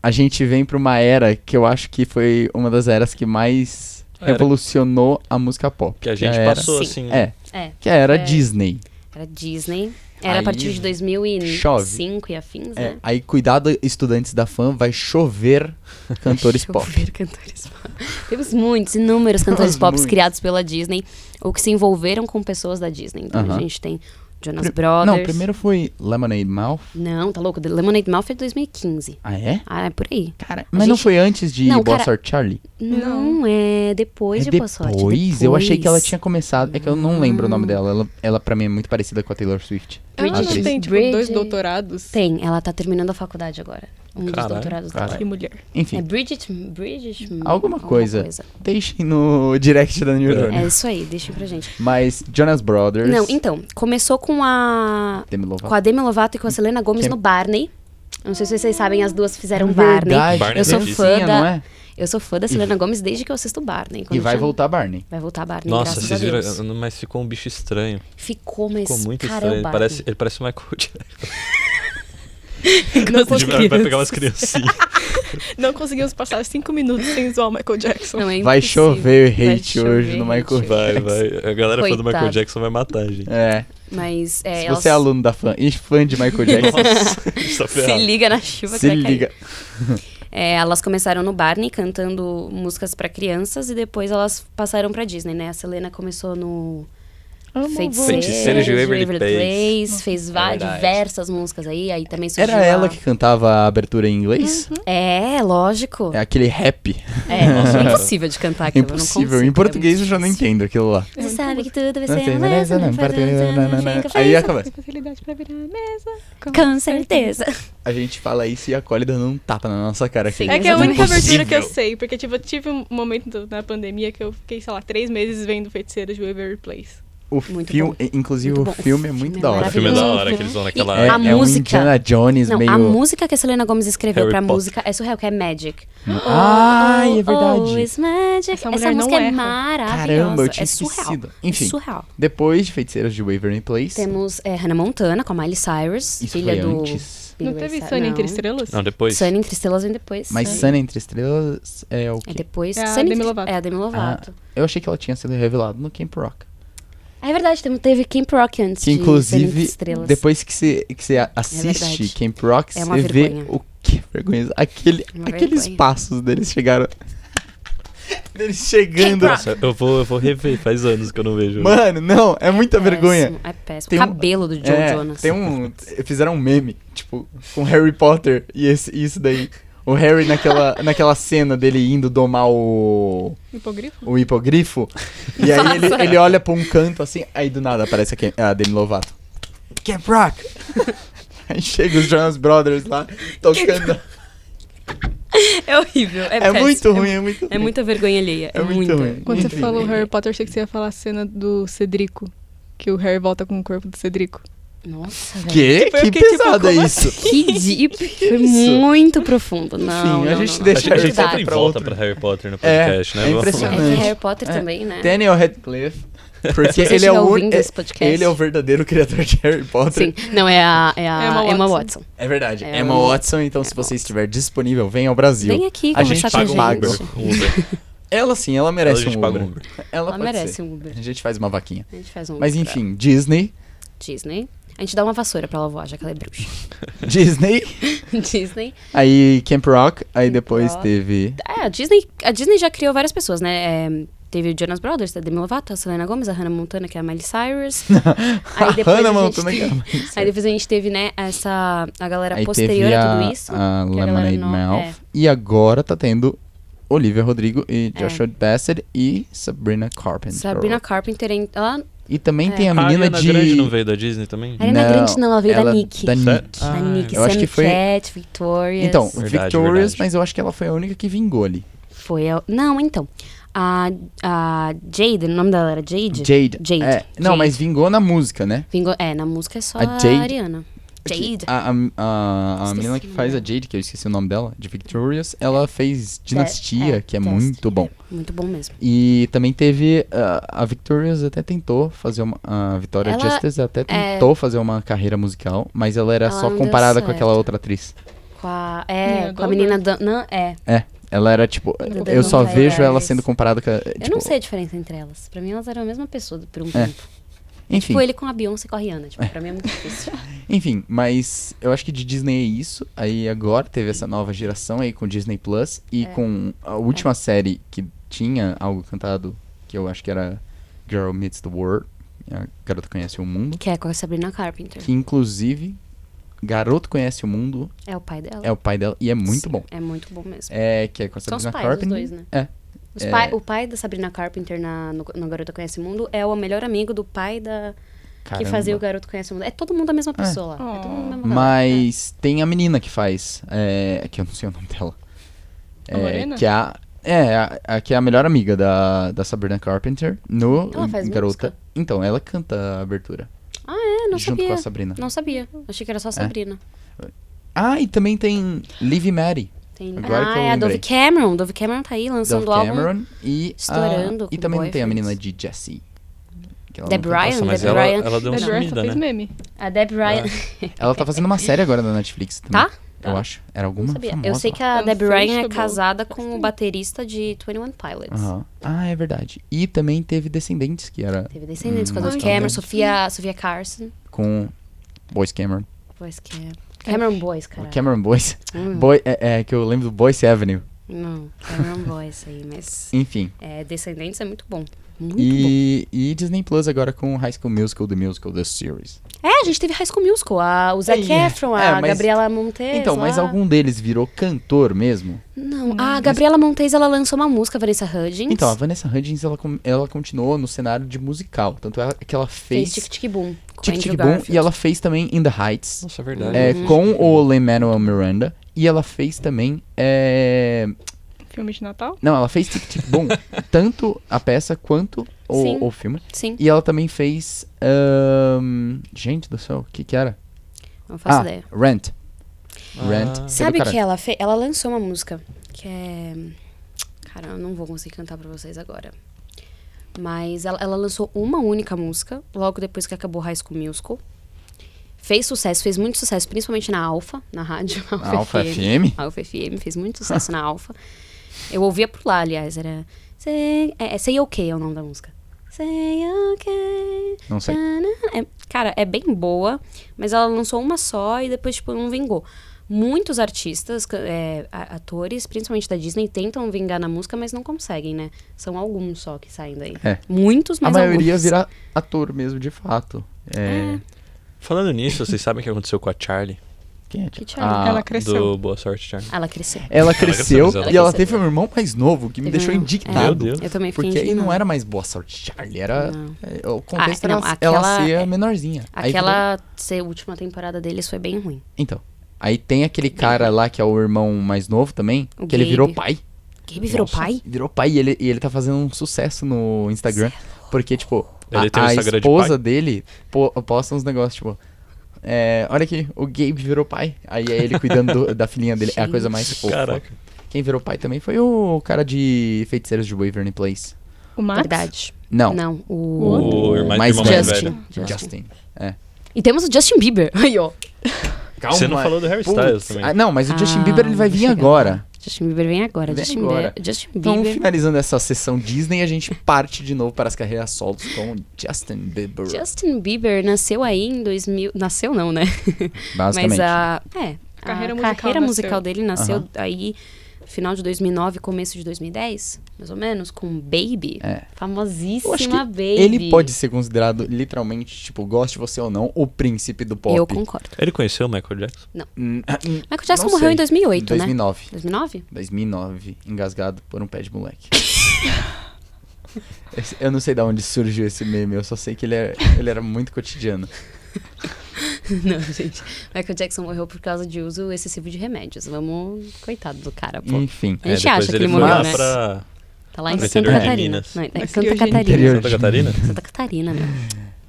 B: a gente vem pra uma era que eu acho que foi uma das eras que mais
A: Era.
B: revolucionou a música pop.
A: Que a gente
B: era-
A: passou,
C: Sim.
A: assim.
B: É,
C: É.
B: que era a
C: É.
B: Disney.
C: Era Disney. Era
B: Aí
C: a partir de 2005
B: chove.
C: e afins,
B: É,
C: né?
B: aí cuidado, estudantes da fã, vai chover cantores pop.
C: Chover cantores pop. Temos muitos, inúmeros cantores
B: Temos
C: pop
B: muitos.
C: criados pela Disney ou que se envolveram com pessoas da Disney. Então
B: Aham.
C: a gente tem Jonas
B: Pri-
C: Brothers.
B: Não, primeiro foi Lemonade Mouth.
C: Não, tá louco? The Lemonade Mouth é de 2015.
B: Ah, é?
C: Ah, é por aí.
B: Cara, mas
C: gente-
B: não foi antes de
C: Não,
B: Boa
C: cara-
B: Sorte Charlie?
C: Não, é depois
B: é
C: de Boa Sorte.
B: depois? Eu achei que ela
C: depois. Hum.
B: tinha começado. É que eu não lembro o nome dela. Ela, ela pra mim, é muito parecida com a Taylor Swift.
D: Ela
C: Ah,
D: não
B: atriz.
D: tem, tipo,
C: Bridget.
D: dois doutorados?
C: Tem, ela tá terminando a faculdade agora. Um dos
A: Caralho.
C: doutorados dela.
D: Que mulher.
C: É
B: Enfim,
C: Bridget. Bridget.
B: alguma coisa. deixem no direct da New
C: É
B: York.
C: isso aí, deixa pra gente.
B: Mas Jonas Brothers.
C: É. Não, então, começou com a.
B: Demi
C: Com
B: Lovato.
C: a Demi Lovato e com a Selena Gomes
B: Quem- É
C: no Barney. Não sei se vocês sabem, as duas fizeram um Barney.
B: Verdade,
A: Barney
C: Eu sou
A: Davis.
C: fã da.
B: não é?
C: Eu sou fã da Selena Gomes desde que eu assisto Barney.
B: E
C: quando
B: vai
C: tinha-
B: voltar Barney.
C: Vai voltar Barney.
A: Nossa,
C: graças
A: vocês
C: a
A: viram?
C: Deus.
A: Mas ficou um bicho estranho.
C: Ficou, mas.
A: Ficou muito
C: cara,
A: estranho.
C: é o
A: Ele
C: Barney.
A: parece, ele parece o Michael Jackson.
D: Não,
A: Ele vai-
D: conseguimos,
A: vai pegar umas criancinhas.
D: não conseguimos passar cinco minutos sem zoar o Michael Jackson.
C: Não, é
B: Vai
C: impossível.
B: chover
C: Vai
B: hate hoje no
C: chover
B: Michael
C: hate.
A: Vai, vai. A galera fã do Michael
C: Coitado.
A: Jackson vai matar a gente.
B: É.
C: Mas é,
B: Se
C: elas
B: você é aluno da fã e fã de Michael Jackson,
A: Nossa, a gente tá
C: se
A: ferrado.
C: liga na chuva
B: se
C: que vai cair.
B: liga.
C: É, elas começaram no Barney cantando músicas pra crianças e depois elas passaram pra Disney, né? A Selena começou no Feiticeiro
A: Feiticeiro de
C: de
A: Waverly
C: Waverly
A: Place. É
C: Place, fez vá-
A: verdade.
C: diversas músicas aí, aí também surgiu
B: Era
C: a-
B: ela que cantava a abertura em inglês?
C: É, lógico.
B: É aquele rap.
C: É,
A: Nossa, cara.
C: impossível de cantar aquilo, eu não
B: Impossível.
C: consigo,
B: Em
C: é
B: português eu
C: muito
B: já não
C: difícil.
B: entendo aquilo lá.
C: Você sabe que tudo
B: Não
C: vai ser
B: sei,
C: uma
B: beleza,
C: mesa,
B: não.
C: não faz
B: português,
C: nada,
B: não, não,
C: não
B: não.
C: fica
B: Aí
C: feliz,
B: acaba.
D: Tem facilidade pra virar a mesa.
C: Com certeza.
B: A gente fala isso e a Cole dando um tapa na nossa cara aqui.
C: Sim.
D: É que é a única abertura que eu
A: Impossível.
D: sei, porque tipo, eu tive um momento do- na pandemia que eu fiquei, sei lá, três meses vendo Feiticeiro de Waverly Place.
B: O
C: Muito
B: filme, inclusive
C: Muito
B: o
C: bom.
B: filme é
C: O
B: muito
C: filme
B: da
C: é
A: O
B: hora.
A: filme é da hora
C: Maravilhoso.
A: que eles vão
C: E
A: naquela.
B: É,
C: A
B: é um
C: música-
B: Indiana Jones
C: Não,
B: meio.
C: a música que a Selena Gomes escreveu
A: Harry
C: pra
A: Potter.
C: música é surreal, que é Magic.
B: Hum. Ai, é
C: Oh,
B: verdade.
C: it's magic.
D: Essa
C: Essa,
D: mulher não
C: música é
D: erra.
C: maravilhosa.
B: Caramba, eu tinha
C: é surreal.
B: esquecido.
C: É
B: Enfim,
C: surreal.
B: depois de Feiticeiras de Waverly Place.
C: Temos é, Hannah Montana com a Miley Cyrus,
B: Isso
C: filha
B: foi
C: do.
B: antes.
C: Billy
D: não
C: Ray
D: teve
C: Cyrus,
D: Sônia
C: não.
D: entre estrelas?
A: Não, depois.
C: Sunny entre estrelas vem depois.
B: Mas
C: Sunny.
B: Sunny entre Estrelas é o
C: É
B: que?
C: depois.
D: É a
C: Sunny
D: Demi
C: entre-
D: Lovato.
C: É a Demi Lovato.
B: Eu achei que ela tinha sido revelada no Camp Rock.
C: É verdade, teve- teve Camp Rock antes.
B: Ah. Que
C: de Sunny entre
B: inclusive,
C: estrelas.
B: depois que você que você a- assiste
C: verdade.
B: Camp Rock,
C: É uma
B: você vê
C: vergonha. É
B: o que é vergonha. Aquele,
C: Uma
B: aqueles
C: vergonha.
B: passos deles chegaram. deles chegando.
C: Camp
A: Nossa, eu vou, eu vou rever. Faz anos que eu não vejo.
B: Mano, não, é muita
C: Péssimo,
B: vergonha.
C: É péssimo.
B: Tem um-
C: o cabelo do John
B: é,
C: Jonas.
B: Tem um. Fizeram um meme, tipo, com Harry Potter e esse- isso daí. O Harry naquela, naquela cena dele indo domar o.
D: Hipogrifo?
B: o hipogrifo. E aí ele, ele olha pra um canto assim, aí do nada aparece a, Ken- a Demi Lovato. Camp Rock! aí chega os Jonas Brothers lá, tocando.
C: É horrível. tipo, É,
B: É,
C: péssimo.
B: muito ruim, é muito
C: É muita vergonha alheia. É,
B: É muito
C: muita.
B: ruim.
D: Quando você
B: Muito
D: falou
B: bem.
D: Harry Potter, eu achei que você ia falar a cena do Cedrico. Que o Harry volta com o corpo do Cedrico.
C: Nossa, velho.
B: Que?
D: Foi
B: Que
D: o que, tipo,
B: pesado é
D: como
B: isso?
C: Que deep. Foi
B: isso?
C: muito profundo. Não,
B: Enfim, a
C: não,
B: gente
C: não, não.
B: deixa-
A: Acho que a gente
B: Dá.
A: sempre
B: Pra
A: volta pra
B: outro.
A: Harry Potter no podcast,
B: é
A: né? Vamos-
C: É
B: impressionante.
C: que Harry Potter
B: É.
C: também, né?
B: Daniel Radcliffe. Porque
C: Se
B: ele
C: você
B: é,
C: estiver
B: o, un-
C: ouvindo
B: é-
C: esse podcast.
B: ele é o verdadeiro criador de Harry Potter.
C: Sim. Não, é a, é a
D: Emma
C: Emma,
D: Watson.
C: Watson.
B: É verdade.
C: É
B: Emma
C: o-
B: Watson, então se
C: Emma
B: você estiver disponível, venha ao Brasil.
C: Vem aqui
B: A
C: conversar
B: gente
C: com a
B: paga
C: gente.
B: um
A: Uber. Um Uber.
B: Ela sim, ela
A: Ela,
B: merece
A: a gente
B: um
A: paga
B: Uber.
A: um Uber.
B: Ela,
C: Ela
B: pode
C: merece
B: ser.
C: um Uber.
B: A gente faz uma vaquinha.
C: A gente faz um
B: Mas
C: Uber pra
B: enfim, Disney,
C: ela. Disney. A gente dá uma vassoura pra ela voar, já que ela é bruxa.
B: Disney,
C: Disney.
B: aí Camp Rock, aí
C: Camp
B: depois
C: Rock.
B: teve
C: É, a Disney, a Disney já criou várias pessoas, né? É, teve o Jonas Brothers, a Demi Lovato, a Selena Gomez, a Hannah Montana, que é a Miley Cyrus.
B: a
C: Aí depois
B: Hannah
C: a gente
B: Montana.
C: teve-
B: que é a
C: Aí depois a gente teve, né, essa... A galera
B: Aí
C: posterior
B: teve
C: a
B: a,
C: tudo isso.
B: a
C: que a galera
B: Lemonade
C: não-
B: Mouth.
C: é.
B: E agora tá tendo Olivia Rodrigo e
C: É.
B: Joshua Bassett e Sabrina Carpenter.
C: Sabrina Carpenter, en- ela...
B: E também
C: É.
B: tem a
A: A
B: menina
A: Ariana
B: de...
A: Grande não veio da Disney também?
C: A Ariana
B: Não, é
C: Grande não, ela veio da Nick.
B: Da
A: Sério?
B: Nick.
C: a
A: Ah,
C: Nick,
B: eu acho
C: Sammy
B: que foi-
C: Cat, Victorious.
B: Então,
A: Verdade,
B: Victorious,
A: verdade.
B: mas eu acho que ela foi a única que vingou ali.
C: Foi a... Não, então. A, a Jade, o nome dela era Jade?
B: Jade.
C: Jade.
B: É, Não,
C: Jade.
B: mas vingou na música, né?
C: Vingou- É, na música é só
B: A
C: a,
B: Jade. É
C: Ariana.
B: Que
C: Jade.
B: A, a, a, a
C: Esqueci
B: menina
C: o
B: que
C: nome
B: faz a
C: dela.
B: Jade, que eu esqueci o nome dela, de Victorious, ela fez Dinastia, que é
C: Dynasty.
B: muito bom.
C: Muito bom mesmo.
B: E também teve. ah, a Victorious até tentou fazer uma. A Victoria
C: Ela-
B: Justice até
C: é.
B: tentou fazer uma carreira musical, mas ela era
C: Ela
B: só
C: não deu
B: comparada com
C: certo.
B: aquela outra atriz.
C: Com a...
D: Menina
C: É, com a
D: Goldberg.
C: menina... Dan- Não, é.
B: Ela era tipo.
C: Não
B: Eu
C: deu
B: só
C: certo.
B: vejo ela sendo comparada com. a- Tipo,
C: Eu não sei a diferença entre elas. Pra mim, elas eram a mesma pessoa por um
B: É,
C: tempo.
B: Enfim,
C: Tipo, ele com a Beyoncé e com a Rihanna. Tipo, pra mim é muito difícil.
B: enfim, mas eu acho que de Disney é isso. Aí agora teve essa nova geração aí com Disney Plus
C: É.
B: e com a última série que tinha algo cantado que eu acho que era Girl Meets the World. A garota conhece o mundo.
C: que é com a Sabrina Carpenter.
B: Que inclusive Garoto Conhece o Mundo
C: É o pai dela.
B: é o pai dela e é muito bom.
C: É muito bom mesmo.
B: É, que é com a
C: São os
B: Sabrina
C: pais, os
B: Carpenter.
C: dois, né?
B: É.
C: Os
B: É.
C: pai- o pai da Sabrina Carpenter na, no, no Garota Conhece o Mundo é o melhor amigo do pai da que
B: Caramba.
C: fazia o Garoto Conhece o Mundo. É todo mundo a mesma pessoa lá. É todo mundo a mesma galera.
B: Mas tem a menina que faz, é, que eu não sei o nome dela.
D: A Lorena?
B: que é a é, a, a que é a melhor amiga da, da Sabrina Carpenter no
C: Ela faz
B: Garota.
C: música?
B: Então, ela canta a abertura
C: É, não
B: junto
C: sabia.
B: com a É? Sabrina.
C: Não sabia. Achei que era só Sabrina.
B: Ah, e também tem Liv Maddie,
C: Tem...
B: Agora
C: ah,
B: que eu
C: é a
B: lembrei.
C: Dove Cameron. Dove Cameron tá aí lançando
B: Dove
C: o álbum.
B: Cameron e
C: estourando
B: a, e
C: com
B: também tem a
C: boyfriends.
B: menina de Jessie. que ela não
C: Deb
B: canta.
C: Ryan?
A: Nossa, mas
C: Deb
A: ela,
C: Ryan.
A: ela deu uma
D: Dead Ryan só
A: sumida,
D: fez
A: né?
D: meme.
C: A Deb Ryan.
B: Ela tá fazendo uma série agora na Netflix também.
C: Tá?
B: Eu acho. Era alguma
C: Não sabia.
B: famosa
C: Eu sei
B: lá.
C: que a Deb Ryan é
D: Unfashionable.
C: casada com o baterista de 21 Pilots.
B: Aham. Ah, é verdade. E também teve Descendentes, que era
C: Teve Descendentes
B: Hum,
C: com a Dove
D: Ai,
C: Cameron,
B: gente.
C: Sofia, Sofia Carson.
B: com Boys Cameron.
C: Boys Cameron. Cameron Boys, cara.
B: É. Cameron Boys.
C: Hum,
B: Boy, é, é que eu lembro do Boyce Avenue.
C: Não, Cameron Boys aí, mas...
B: Enfim.
C: é, Descendentes é muito bom. Muito bom.
B: E, e Disney Plus agora com High School Musical, The Musical, The Series.
C: É, a gente teve High School Musical, a, o Zac
B: É,
C: Efron, a
B: é, mas-
C: Gabriela Montez
B: então,
C: lá.
B: mas algum deles virou cantor mesmo?
C: Não, a Gabriela Montez, ela lançou uma música, Vanessa Hudgens.
B: Então, a Vanessa Hudgens, ela, com- ela continuou no cenário de musical. Tanto é que ela
C: fez
B: fez
C: Tic Tic Boom, com
B: Tic
C: Andrew
B: Tic Boom
C: Garfield. Uhum.
B: e ela fez também In The Heights.
A: Nossa, é verdade.
B: é,
A: Ela
B: com
A: fez-
B: o Lin-Manuel Miranda. E ela fez também. é,
D: Filme de Natal.
B: Não, ela fez Tic Tic Boom, tanto a peça quanto
C: Sim.
B: o, o filme.
C: Sim,
B: E ela também fez. ahn, gente do céu, o que que era?
C: não faço
B: ah,
C: ideia.
B: Rent. Rent.
A: Ah.
C: Sabe
B: Pelo
C: que
B: É caralho.
C: ela fez? Ela lançou uma música que é. Cara, eu não vou conseguir cantar pra vocês agora. Mas ela, ela lançou uma única música logo depois que acabou High School Musical. Fez sucesso, fez muito sucesso, principalmente na Alfa, na rádio.
B: Na Alpha FM?
C: Alfa FM, fez muito sucesso na Alfa. Eu ouvia por lá, aliás, era. Say, é, é Say OK é o nome da música. Say OK.
B: Não sei.
C: Tchanan. É- cara, é bem boa, mas ela lançou uma só e depois, tipo, não vingou. Muitos artistas, ca- é, a- atores, principalmente da Disney, tentam vingar na música, mas não conseguem, né? São alguns só que saem daí.
B: É.
C: Muitos,
B: A
C: mas
B: maioria
C: alguns.
B: vira ator mesmo, de fato. É.
C: Ah,
A: Falando nisso, vocês sabem o que aconteceu com a Charlie?
B: Quem é?
C: Que
B: tipo,
C: Charlie?
B: a-
D: ela cresceu.
A: Ah, Do Boa Sorte, Charlie.
C: Ela cresceu.
B: Ela cresceu
A: cresceu,
B: e ela
C: exatamente.
B: teve um irmão mais novo que É, me
C: Teve um
B: deixou
C: irmão.
B: indignado.
A: Meu Deus.
C: Eu também fiquei
B: Porque aí não
C: indignada.
B: era mais boa sorte, Charlie. Era.
C: Não.
B: é, o contexto
C: Ah,
B: era
C: não,
B: ela
C: aquela-
B: ser a menorzinha. Aí
C: Aquela ser última temporada deles foi bem ruim.
B: virou- Então. Aí tem aquele cara lá que é o irmão mais novo também,
C: O
B: que ele
C: Gabe.
B: virou pai.
C: Gabe virou
A: Nossa.
C: pai?
B: Virou pai e ele, e ele tá fazendo um sucesso no Instagram.
C: é
B: Porque, tipo, a,
A: Ele tem um
B: a
A: Instagram de
B: esposa
A: pai?
B: dele po- posta uns negócios, tipo. é, olha aqui, o Gabe virou pai. Aí é ele cuidando do- da filhinha dele. É a coisa mais fofa.
A: Caraca.
B: Quem virou pai também foi o cara de Feiticeiros de Waverly Place.
D: O Max?
C: Verdade.
B: Não.
C: Não,
D: O
C: o...
D: outro?
A: O irmão,
B: mais
A: irmão mais
B: velho.
A: velho.
B: Justin.
C: E temos o Justin Bieber. Aí, ó.
B: Calma.
A: Você não falou do Harry Styles
B: Putz.
A: também.
B: Ah, não, mas o Justin
C: Ah,
B: Bieber ele vai
C: vou
B: vir
C: chegar
B: agora.
C: lá. Justin Bieber vem agora.
B: Vem
C: Justin,
B: agora.
C: Bieber- Justin
B: Então,
C: Bieber.
B: finalizando essa sessão Disney, a gente parte de novo para as carreiras solos com Justin Bieber.
C: Justin Bieber nasceu aí em 2000... Nasceu não, né?
B: Basicamente.
C: Mas a... É. A
D: Carreira
C: carreira
D: musical
C: musical,
D: nasceu.
C: dele nasceu
B: Aham.
C: aí... Final de 2009, começo de 2010, mais ou menos, com Baby.
B: É. Eu
C: Famosíssima
B: acho que
C: Baby.
B: Ele pode ser considerado literalmente, tipo, goste você ou não, o príncipe do pop.
C: Eu concordo.
A: Ele conheceu o Michael Jackson?
B: Hum, ah, hum,
C: Michael Jackson
B: Não
C: morreu
B: sei.
C: em 2008, né?
B: 2009.
C: 2009?
B: 2009, engasgado por um pé de moleque. Esse- eu não sei de onde surgiu esse meme, eu só sei que ele era, ele era muito cotidiano.
C: Não, gente. Michael Jackson morreu por causa de uso excessivo de remédios. Vamos. Coitado do cara, pô.
B: Enfim.
C: A
A: é, depois
C: gente acha que
A: ele
C: ele
A: foi
C: morreu,
A: lá
C: né?
A: pra
C: Tá lá em
A: No
C: Santa
A: interior de
C: Catarina.
A: Minas.
C: Não, é em
D: Mas
C: Santa
D: que hoje em
C: Catarina.
B: Interior.
A: Santa Catarina?
C: Santa Catarina, meu.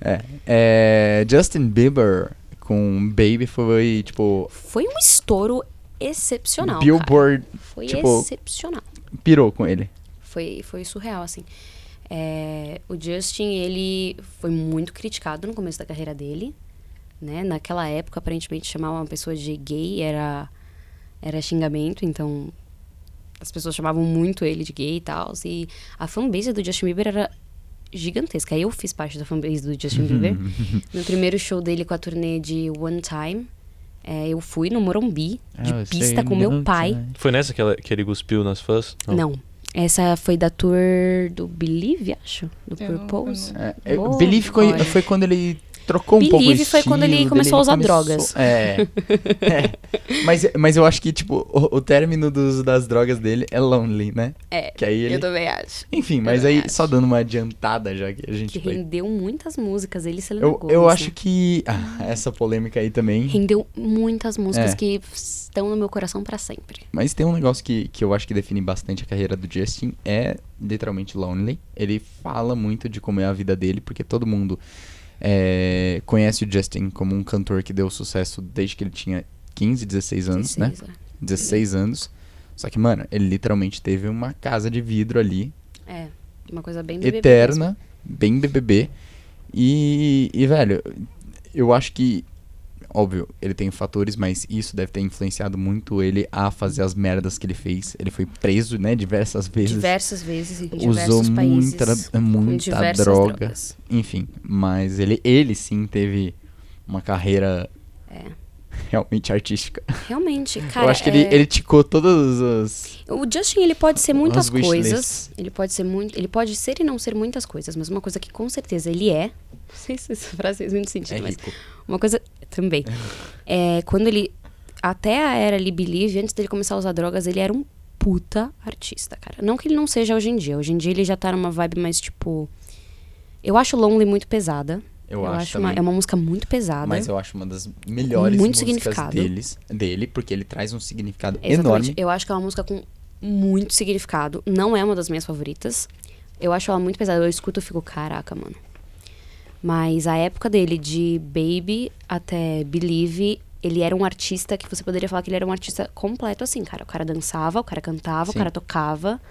B: É, é, Justin Bieber com Baby foi, tipo,
C: Foi um estouro excepcional. cara.
B: Billboard
C: Foi
B: tipo-
C: excepcional.
B: pirou com ele.
C: Foi, foi surreal, assim. É, o Justin, ele foi muito criticado no começo da carreira dele. Né? Naquela época, aparentemente, chamar uma pessoa de gay era, era xingamento, então as pessoas chamavam muito ele de gay e tal. E a fanbase do Justin Bieber era gigantesca. Eu fiz parte da fanbase do Justin Bieber. no primeiro show dele com a turnê de One Time, é, eu fui no Morumbi, de
B: Ah,
C: pista com meu pai.
A: Foi nessa que, ela- que ele cuspiu nas fãs?
C: Não. Essa foi da tour do Believe, acho. Do
D: Eu não-
C: Purpose.
D: eu
B: É, é,
C: Boa
B: Believe foi,
C: memória.
B: foi quando ele trocou um
C: Believe
B: pouco o
C: foi quando ele
B: estilo
C: começou a usar
B: começou-
C: drogas.
B: É. É. Mas, mas eu acho que, tipo, o, o término do uso das drogas dele é lonely, né?
C: É,
B: Que aí ele...
C: também acho.
B: Enfim, mas
C: Eu
B: aí,
C: acho.
B: só dando uma adiantada já que a gente
C: Que
B: foi.
C: rendeu muitas músicas, ele se
B: Eu,
C: lembrou.
B: eu acho que. Ah, essa polêmica aí também.
C: Rendeu muitas músicas
B: É.
C: que estão no meu coração pra sempre.
B: Mas tem um negócio que, que eu acho que define bastante a carreira do Justin: é literalmente Lonely. Ele fala muito de como é a vida dele, porque todo mundo é, conhece o Justin como um cantor que deu sucesso desde que ele tinha 15, 16 anos, né?
C: 16, é.
B: 16 anos. Só que, mano, ele literalmente teve uma casa de vidro ali
C: É, uma coisa bem BBB mesmo.
B: eterna, bem BBB. E, e, velho, eu acho que, óbvio, ele tem fatores, mas isso deve ter influenciado muito ele a fazer as merdas que ele fez. Ele foi preso, né, diversas vezes.
C: Diversas vezes, em
B: usou
C: diversos países.
B: muita,
C: com
B: muita
C: diversas
B: droga.
C: drogas.
B: Enfim, mas ele, ele sim teve uma carreira
C: É.
B: realmente artística.
C: Realmente, cara.
B: eu acho que
C: é-
B: ele, ele ticou todas as.
C: O Justin, ele pode ser muitas
B: As wishlists.
C: coisas. Ele pode ser muito, ele pode ser e não ser muitas coisas, mas uma coisa que com certeza ele é. Não sei se essa frase fez muito
B: É
C: sentido, mas
B: rico.
C: uma coisa também. É, quando ele até a era Lee Believe, antes dele começar a usar drogas, ele era um puta artista, cara. Não que ele não seja hoje em dia. Hoje em dia ele já tá numa vibe mais tipo Eu acho Lonely muito pesada.
B: Eu, acho,
C: uma,
B: também.
C: é uma música muito pesada.
B: Mas eu acho uma das melhores
C: Muito
B: músicas
C: significado.
B: deles, dele, porque ele traz um significado
C: Exatamente.
B: enorme.
C: Eu acho que é uma música com muito significado. Não é uma das minhas favoritas. Eu acho ela muito pesada. Eu escuto e fico, caraca, mano. Mas a época dele, de Baby até Believe, ele era um artista que você poderia falar que ele era um artista completo, assim, cara. O cara dançava, o cara
B: Sim.
C: cantava, o cara tocava.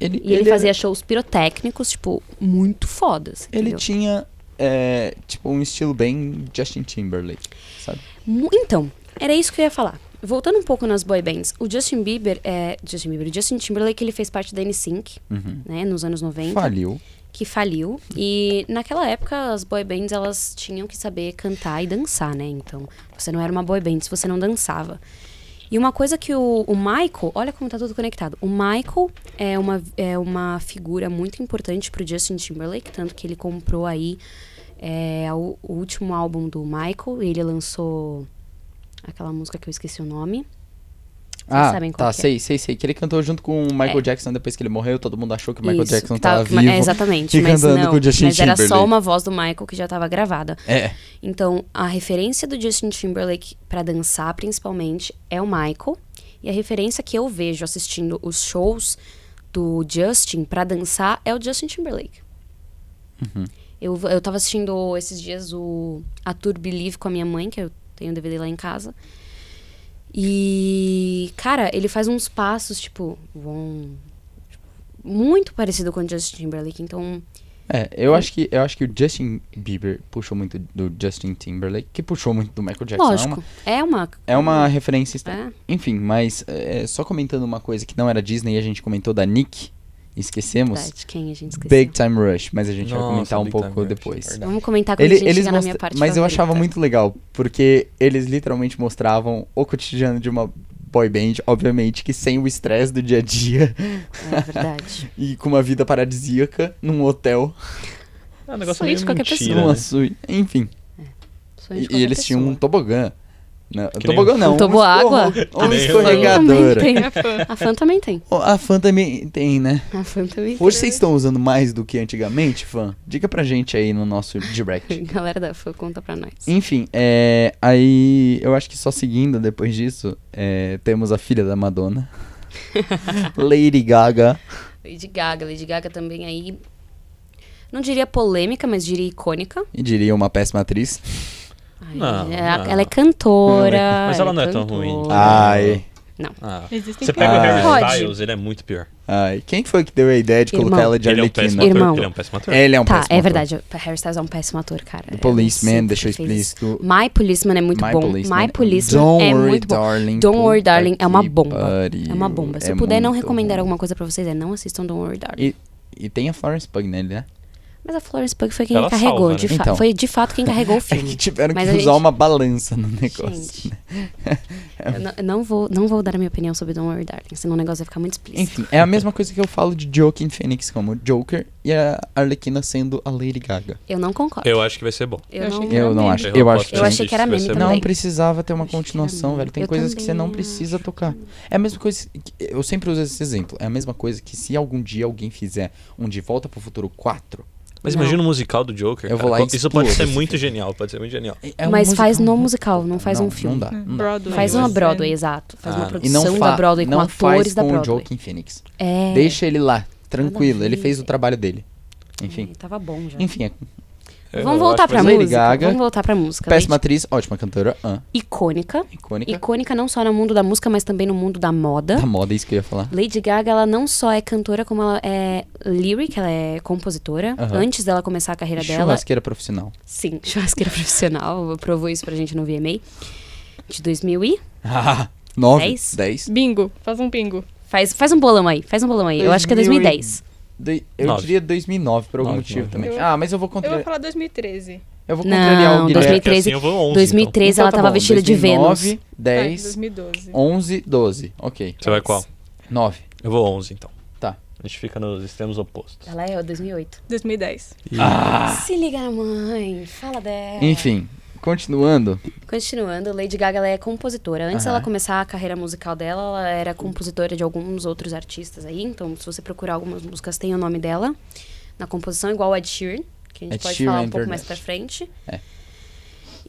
B: Ele,
C: E ele, fazia
B: era-
C: shows pirotécnicos, tipo, muito fodas.
B: Ele
C: entendeu?
B: tinha, é, tipo, um estilo bem Justin Timberlake, sabe?
C: Mu- Então, era isso que eu ia falar. Voltando um pouco nas boy bands, o Justin Bieber, é, Justin Bieber, o Justin Timberlake, ele fez parte da NSYNC, né, nos anos 90,
B: Uhum. Faliu.
C: que faliu. E naquela época as boy bands elas tinham que saber cantar e dançar, né? Então, você não era uma boy band se você não dançava. E uma coisa que o, o Michael, olha como tá tudo conectado. O Michael é uma, é uma figura muito importante pro Justin Timberlake, tanto que ele comprou aí é, o, o último álbum do Michael, e ele lançou aquela música que eu esqueci o nome.
B: Ah,
C: sabem qual
B: tá,
C: que é.
B: sei, sei, sei. Que ele cantou junto com o Michael
C: É.
B: Jackson depois que ele morreu, todo mundo achou que o Michael
C: Isso,
B: Jackson
C: que tava-
B: tava
C: que ma- é,
B: vivo.
C: exatamente,
B: e
C: mas
B: cantando
C: não,
B: com o Justin
C: mas era só
B: Timberlake.
C: uma voz do Michael que já tava gravada.
B: É,
C: Então, a referência do Justin Timberlake pra dançar, principalmente, é o Michael. E a referência que eu vejo assistindo os shows do Justin pra dançar é o Justin Timberlake.
B: Uhum.
C: Eu, eu tava assistindo esses dias o A Tour Believe com a minha mãe, que eu tenho um DVD lá em casa. E, cara, ele faz uns passos, tipo, um- tipo, muito parecido com o Justin Timberlake. Então,
B: é. Eu acho que eu acho que o Justin Bieber puxou muito do Justin Timberlake, que puxou muito do Michael Jackson. É uma,
C: lógico, é uma...
B: é uma referência. est-
C: É.
B: Enfim, mas é, só comentando uma coisa que não era Disney, a gente comentou da Nick, esquecemos.
C: Verdade, quem a gente esqueceu.
B: Big Time Rush, mas a gente vai
A: Nossa,
B: comentar um
A: Big Time
B: pouco
A: Rush,
B: depois.
A: verdade.
C: Vamos comentar quando
B: Ele,
C: a gente
B: eles
C: chegar na
B: mos-
C: minha parte
B: Mas eu
C: favorita.
B: achava muito legal, porque eles literalmente mostravam o cotidiano de uma boy band, obviamente, que sem o estresse do dia a dia
C: É verdade.
B: e com uma vida paradisíaca num hotel,
A: É um negócio
C: Só
A: meio
C: isso, qualquer
A: mentira,
C: Tira,
B: numa
A: né?
B: suíte, enfim.
C: Sonho
B: E,
C: de
B: e
C: qualquer
B: eles tinham um
C: pessoa.
B: tobogã. Não,
A: Que nem
B: tobogã não.
C: Um toboágua?
B: escorro- Uma
A: nem eu.
B: escorregadora.
C: Também
D: Minha fã.
C: A fã também tem.
B: Ó, A fã também tem, né?
C: A fã também tem.
B: Hoje vocês estão usando mais do que antigamente, fã? Diga pra gente aí no nosso direct.
C: Galera da fã, conta pra nós.
B: Enfim, é, aí eu acho que só seguindo depois disso, é, temos a filha da Madonna, Lady Gaga.
C: Lady Gaga. Lady Gaga também aí... Não diria polêmica, mas diria icônica.
B: E diria uma péssima atriz.
C: Ai,
A: Não,
C: ela,
A: não.
C: ela é cantora.
A: Mas ela não é tão
C: cantora.
A: ruim.
B: Ai,
A: Ah.
D: Existem
A: Você pega o Harry
C: Pode.
A: Styles, ele é muito pior.
B: ai. Quem foi que deu a ideia de colocar
C: Irmão.
B: ela de
A: Ele é um
B: Arlequina?
A: péssimo ator.
C: Irmão.
A: Ele é um péssimo ator.
B: Ele é um
C: tá,
B: péssimo
C: é
B: ator.
C: verdade. o Harry Styles é um péssimo ator, cara.
B: The
C: Eu
B: Policeman
C: não sei
B: deixou
C: porque fez isso.
B: explícito.
C: My Policeman é muito bom. My Policeman
B: Don't
C: é
B: worry,
C: muito bom.
B: darling.
C: Don't Worry,
B: Então, Puta
C: Darling é uma
B: que
C: bomba.
B: pariu.
C: É uma bomba. Se
B: É
C: eu puder não
B: muito
C: recomendar
B: bom.
C: alguma coisa pra vocês, é não assistam Don't Worry Darling.
B: E, e tem a Florence Pug nele, né?
C: Mas a Florence Pugh foi quem
A: Ela
C: carregou,
A: salva, né?
C: de fa-
B: Então.
C: foi de fato quem carregou o
B: É
C: filme.
B: que tiveram
C: Mas
B: que
C: a
B: usar
C: gente-
B: uma balança no negócio. né?
C: Gente, eu não- eu não vou, não vou dar a minha opinião sobre Don't Worry Darling, senão o negócio vai ficar muito explícito.
B: Enfim, é a mesma coisa que eu falo de Joaquin Phoenix como Joker e a Arlequina sendo a Lady Gaga.
C: Eu não concordo.
A: Eu acho que vai ser bom.
C: Eu
D: Eu
C: não-
D: achei que
B: Eu não
D: meme.
B: acho.
A: Eu
B: Eu
A: aposto
B: acho que
C: Eu achei que era
A: Vai
C: meme
A: ser
C: também.
A: bom.
B: não precisava ter uma
C: Acho que era
B: continuação,
C: muito.
B: velho. Tem
C: Eu
B: coisas que você não
C: também
B: precisa
C: acho.
B: tocar. É a mesma coisa. que- eu sempre uso esse exemplo. É a mesma coisa que se algum dia alguém fizer um De Volta pro Futuro 4,
A: Mas
C: Não.
A: imagina o musical do Joker. cara.
B: Eu vou lá e
A: Isso pode
B: explodo
A: ser
B: esse
A: muito
B: filme.
A: genial. Pode ser muito genial.
B: é- é um
C: Mas faz
B: musical,
C: no
B: né?
C: musical, não faz um filme.
B: Não dá. não dá.
D: Broadway. é.
C: Faz uma Broadway, exato. Faz
A: Ah.
C: uma
B: E
C: produção
B: não, fa
C: da Broadway com
B: não
C: atores
B: faz
C: da
B: com o
C: Broadway.
B: Joaquin Phoenix.
C: É.
B: Deixa ele lá, tranquilo.
C: Nada a
B: Ele
C: ver,
B: fez o
C: velho.
B: trabalho dele. Enfim.
C: Ai, Tava Tá bom já.
B: Enfim, é
A: Eu
C: Vamos
A: acho
C: voltar
A: que vai
C: pra
B: mas
A: ser-
B: Lady
C: música.
B: Gaga-
C: Vamos voltar pra música.
B: péssima
C: Lady-
B: atriz, ótima cantora, ah,
C: Icônica.
B: icônica.
C: Icônica não só no mundo da música, mas também no mundo da moda.
B: Da moda, é isso que eu ia falar.
C: Lady Gaga, ela não só é cantora, como ela é lyric, ela é compositora.
B: Aham.
C: Antes dela começar a carreira dela,
B: Churrasqueira profissional.
C: sim, churrasqueira profissional, provou isso pra gente no VMA. De 2000 e...
B: Nove?
C: Dez?
B: Dez?
D: Bingo, faz um bingo.
C: Faz, faz um bolão aí, faz um bolão aí. Eu acho que é
B: 2000 e-
C: 2010.
B: Doi- eu
A: Nove.
B: diria 2009 por algum
A: Nove,
B: motivo
A: nove,
B: também.
D: nove.
B: Ah, mas eu vou
D: Eu
B: contra...
D: vou falar 2013.
B: eu vou
C: Não,
B: contrariar o Guilherme.
C: 2013
A: É, assim, eu vou 11, então.
C: 2013
B: Então
C: ela
B: tá
C: tava
B: bom,
C: vestida de
B: 2009,
C: Vênus.
D: Vai,
B: 10,
D: 2012.
B: 11, 12. Ok.
A: Você vai qual?
B: 9.
A: Eu vou 11, então.
B: Tá.
A: A gente fica nos extremos opostos. Ah,
C: Ela é ó, 2008.
D: 2010.
C: Se liga na mãe, fala dela.
B: Ah. Enfim, continuando.
C: Continuando, Lady Gaga ela é compositora. Antes
B: Aham.
C: dela começar a carreira musical dela, ela era compositora de alguns outros artistas aí. Então, se você procurar algumas músicas, tem o nome dela na composição, igual Ed Sheeran, que a gente
B: Ed
C: pode
B: Sheeran,
C: falar um
B: é
C: pouco mais pra
B: verdade.
C: frente.
B: É.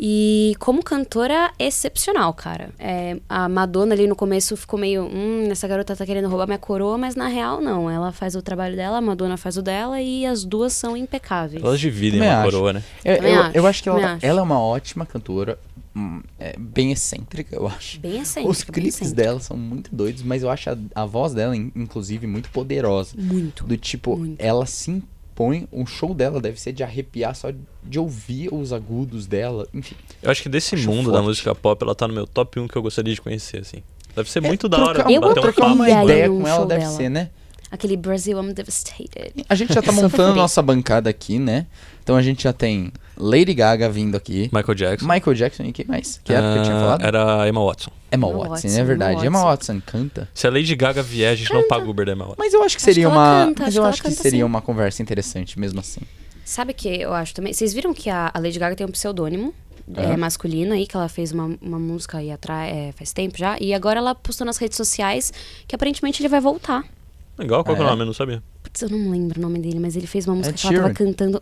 C: E como cantora, excepcional, cara. É, a Madonna ali no começo ficou meio, hum, essa garota tá querendo roubar minha coroa, mas na real não. Ela faz o trabalho dela, a Madonna faz o dela e as duas são impecáveis.
A: Elas dividem
B: Também
A: uma
B: acho.
A: coroa, né?
B: Eu,
C: Também
B: eu,
C: acho,
B: eu acho que ela,
C: também acho.
B: ela é uma ótima cantora. hum, é bem excêntrica, eu acho.
C: Bem excêntrica.
B: Os
C: bem
B: clipes
C: excêntrica.
B: dela são muito doidos, mas eu acho a, a voz dela, in- inclusive, muito poderosa.
C: Muito.
B: Do tipo,
C: Muito.
B: ela se impõe, o show dela deve ser de arrepiar só de ouvir os agudos dela. Enfim,
A: Eu acho que desse
B: Acho
A: mundo da
B: forte.
A: música pop, ela tá no meu top 1 que eu gostaria de conhecer, assim. Deve ser
C: É,
A: muito da
B: É, trocar-
A: hora
C: Eu
A: bater um
B: trocar
A: papo.
B: uma
C: E aí,
B: ideia
C: o
B: com ela
C: show
B: deve
C: dela?
B: ser, né?
C: Aquele Brazil I'm Devastated.
B: A gente já tá
C: Sou
B: montando
C: feliz.
B: nossa bancada aqui, né? Então a gente já tem Lady Gaga vindo aqui.
A: Michael Jackson.
B: Michael Jackson e quem mais? Que era que eu tinha
A: Ah,
B: falado?
A: Era a Emma Watson.
B: Emma
C: Emma
B: Watson,
C: Watson,
B: é
C: Emma
B: verdade. Emma
C: Watson.
B: Watson canta.
A: Se a Lady Gaga vier, a gente não paga o Uber da Emma Watson.
B: Mas eu acho que
C: Acho que
B: seria
C: ela
B: uma.
C: canta,
B: mas
C: acho
B: eu
C: que ela
B: acho que
C: canta,
B: seria
C: sim.
B: uma conversa interessante mesmo assim.
C: Sabe o que eu acho também? Vocês viram que a a Lady Gaga tem um pseudônimo é,
B: Aham.
C: masculina aí, que ela fez uma, uma música aí atrás é, faz tempo já. E agora ela postou nas redes sociais que aparentemente ele vai voltar.
A: Legal, qual que é o
B: Ah, é?
A: nome? Eu não sabia.
C: Putz, eu não lembro o nome dele, mas ele fez uma música
B: Ed
C: que ela tava
B: Sheeran.
C: cantando.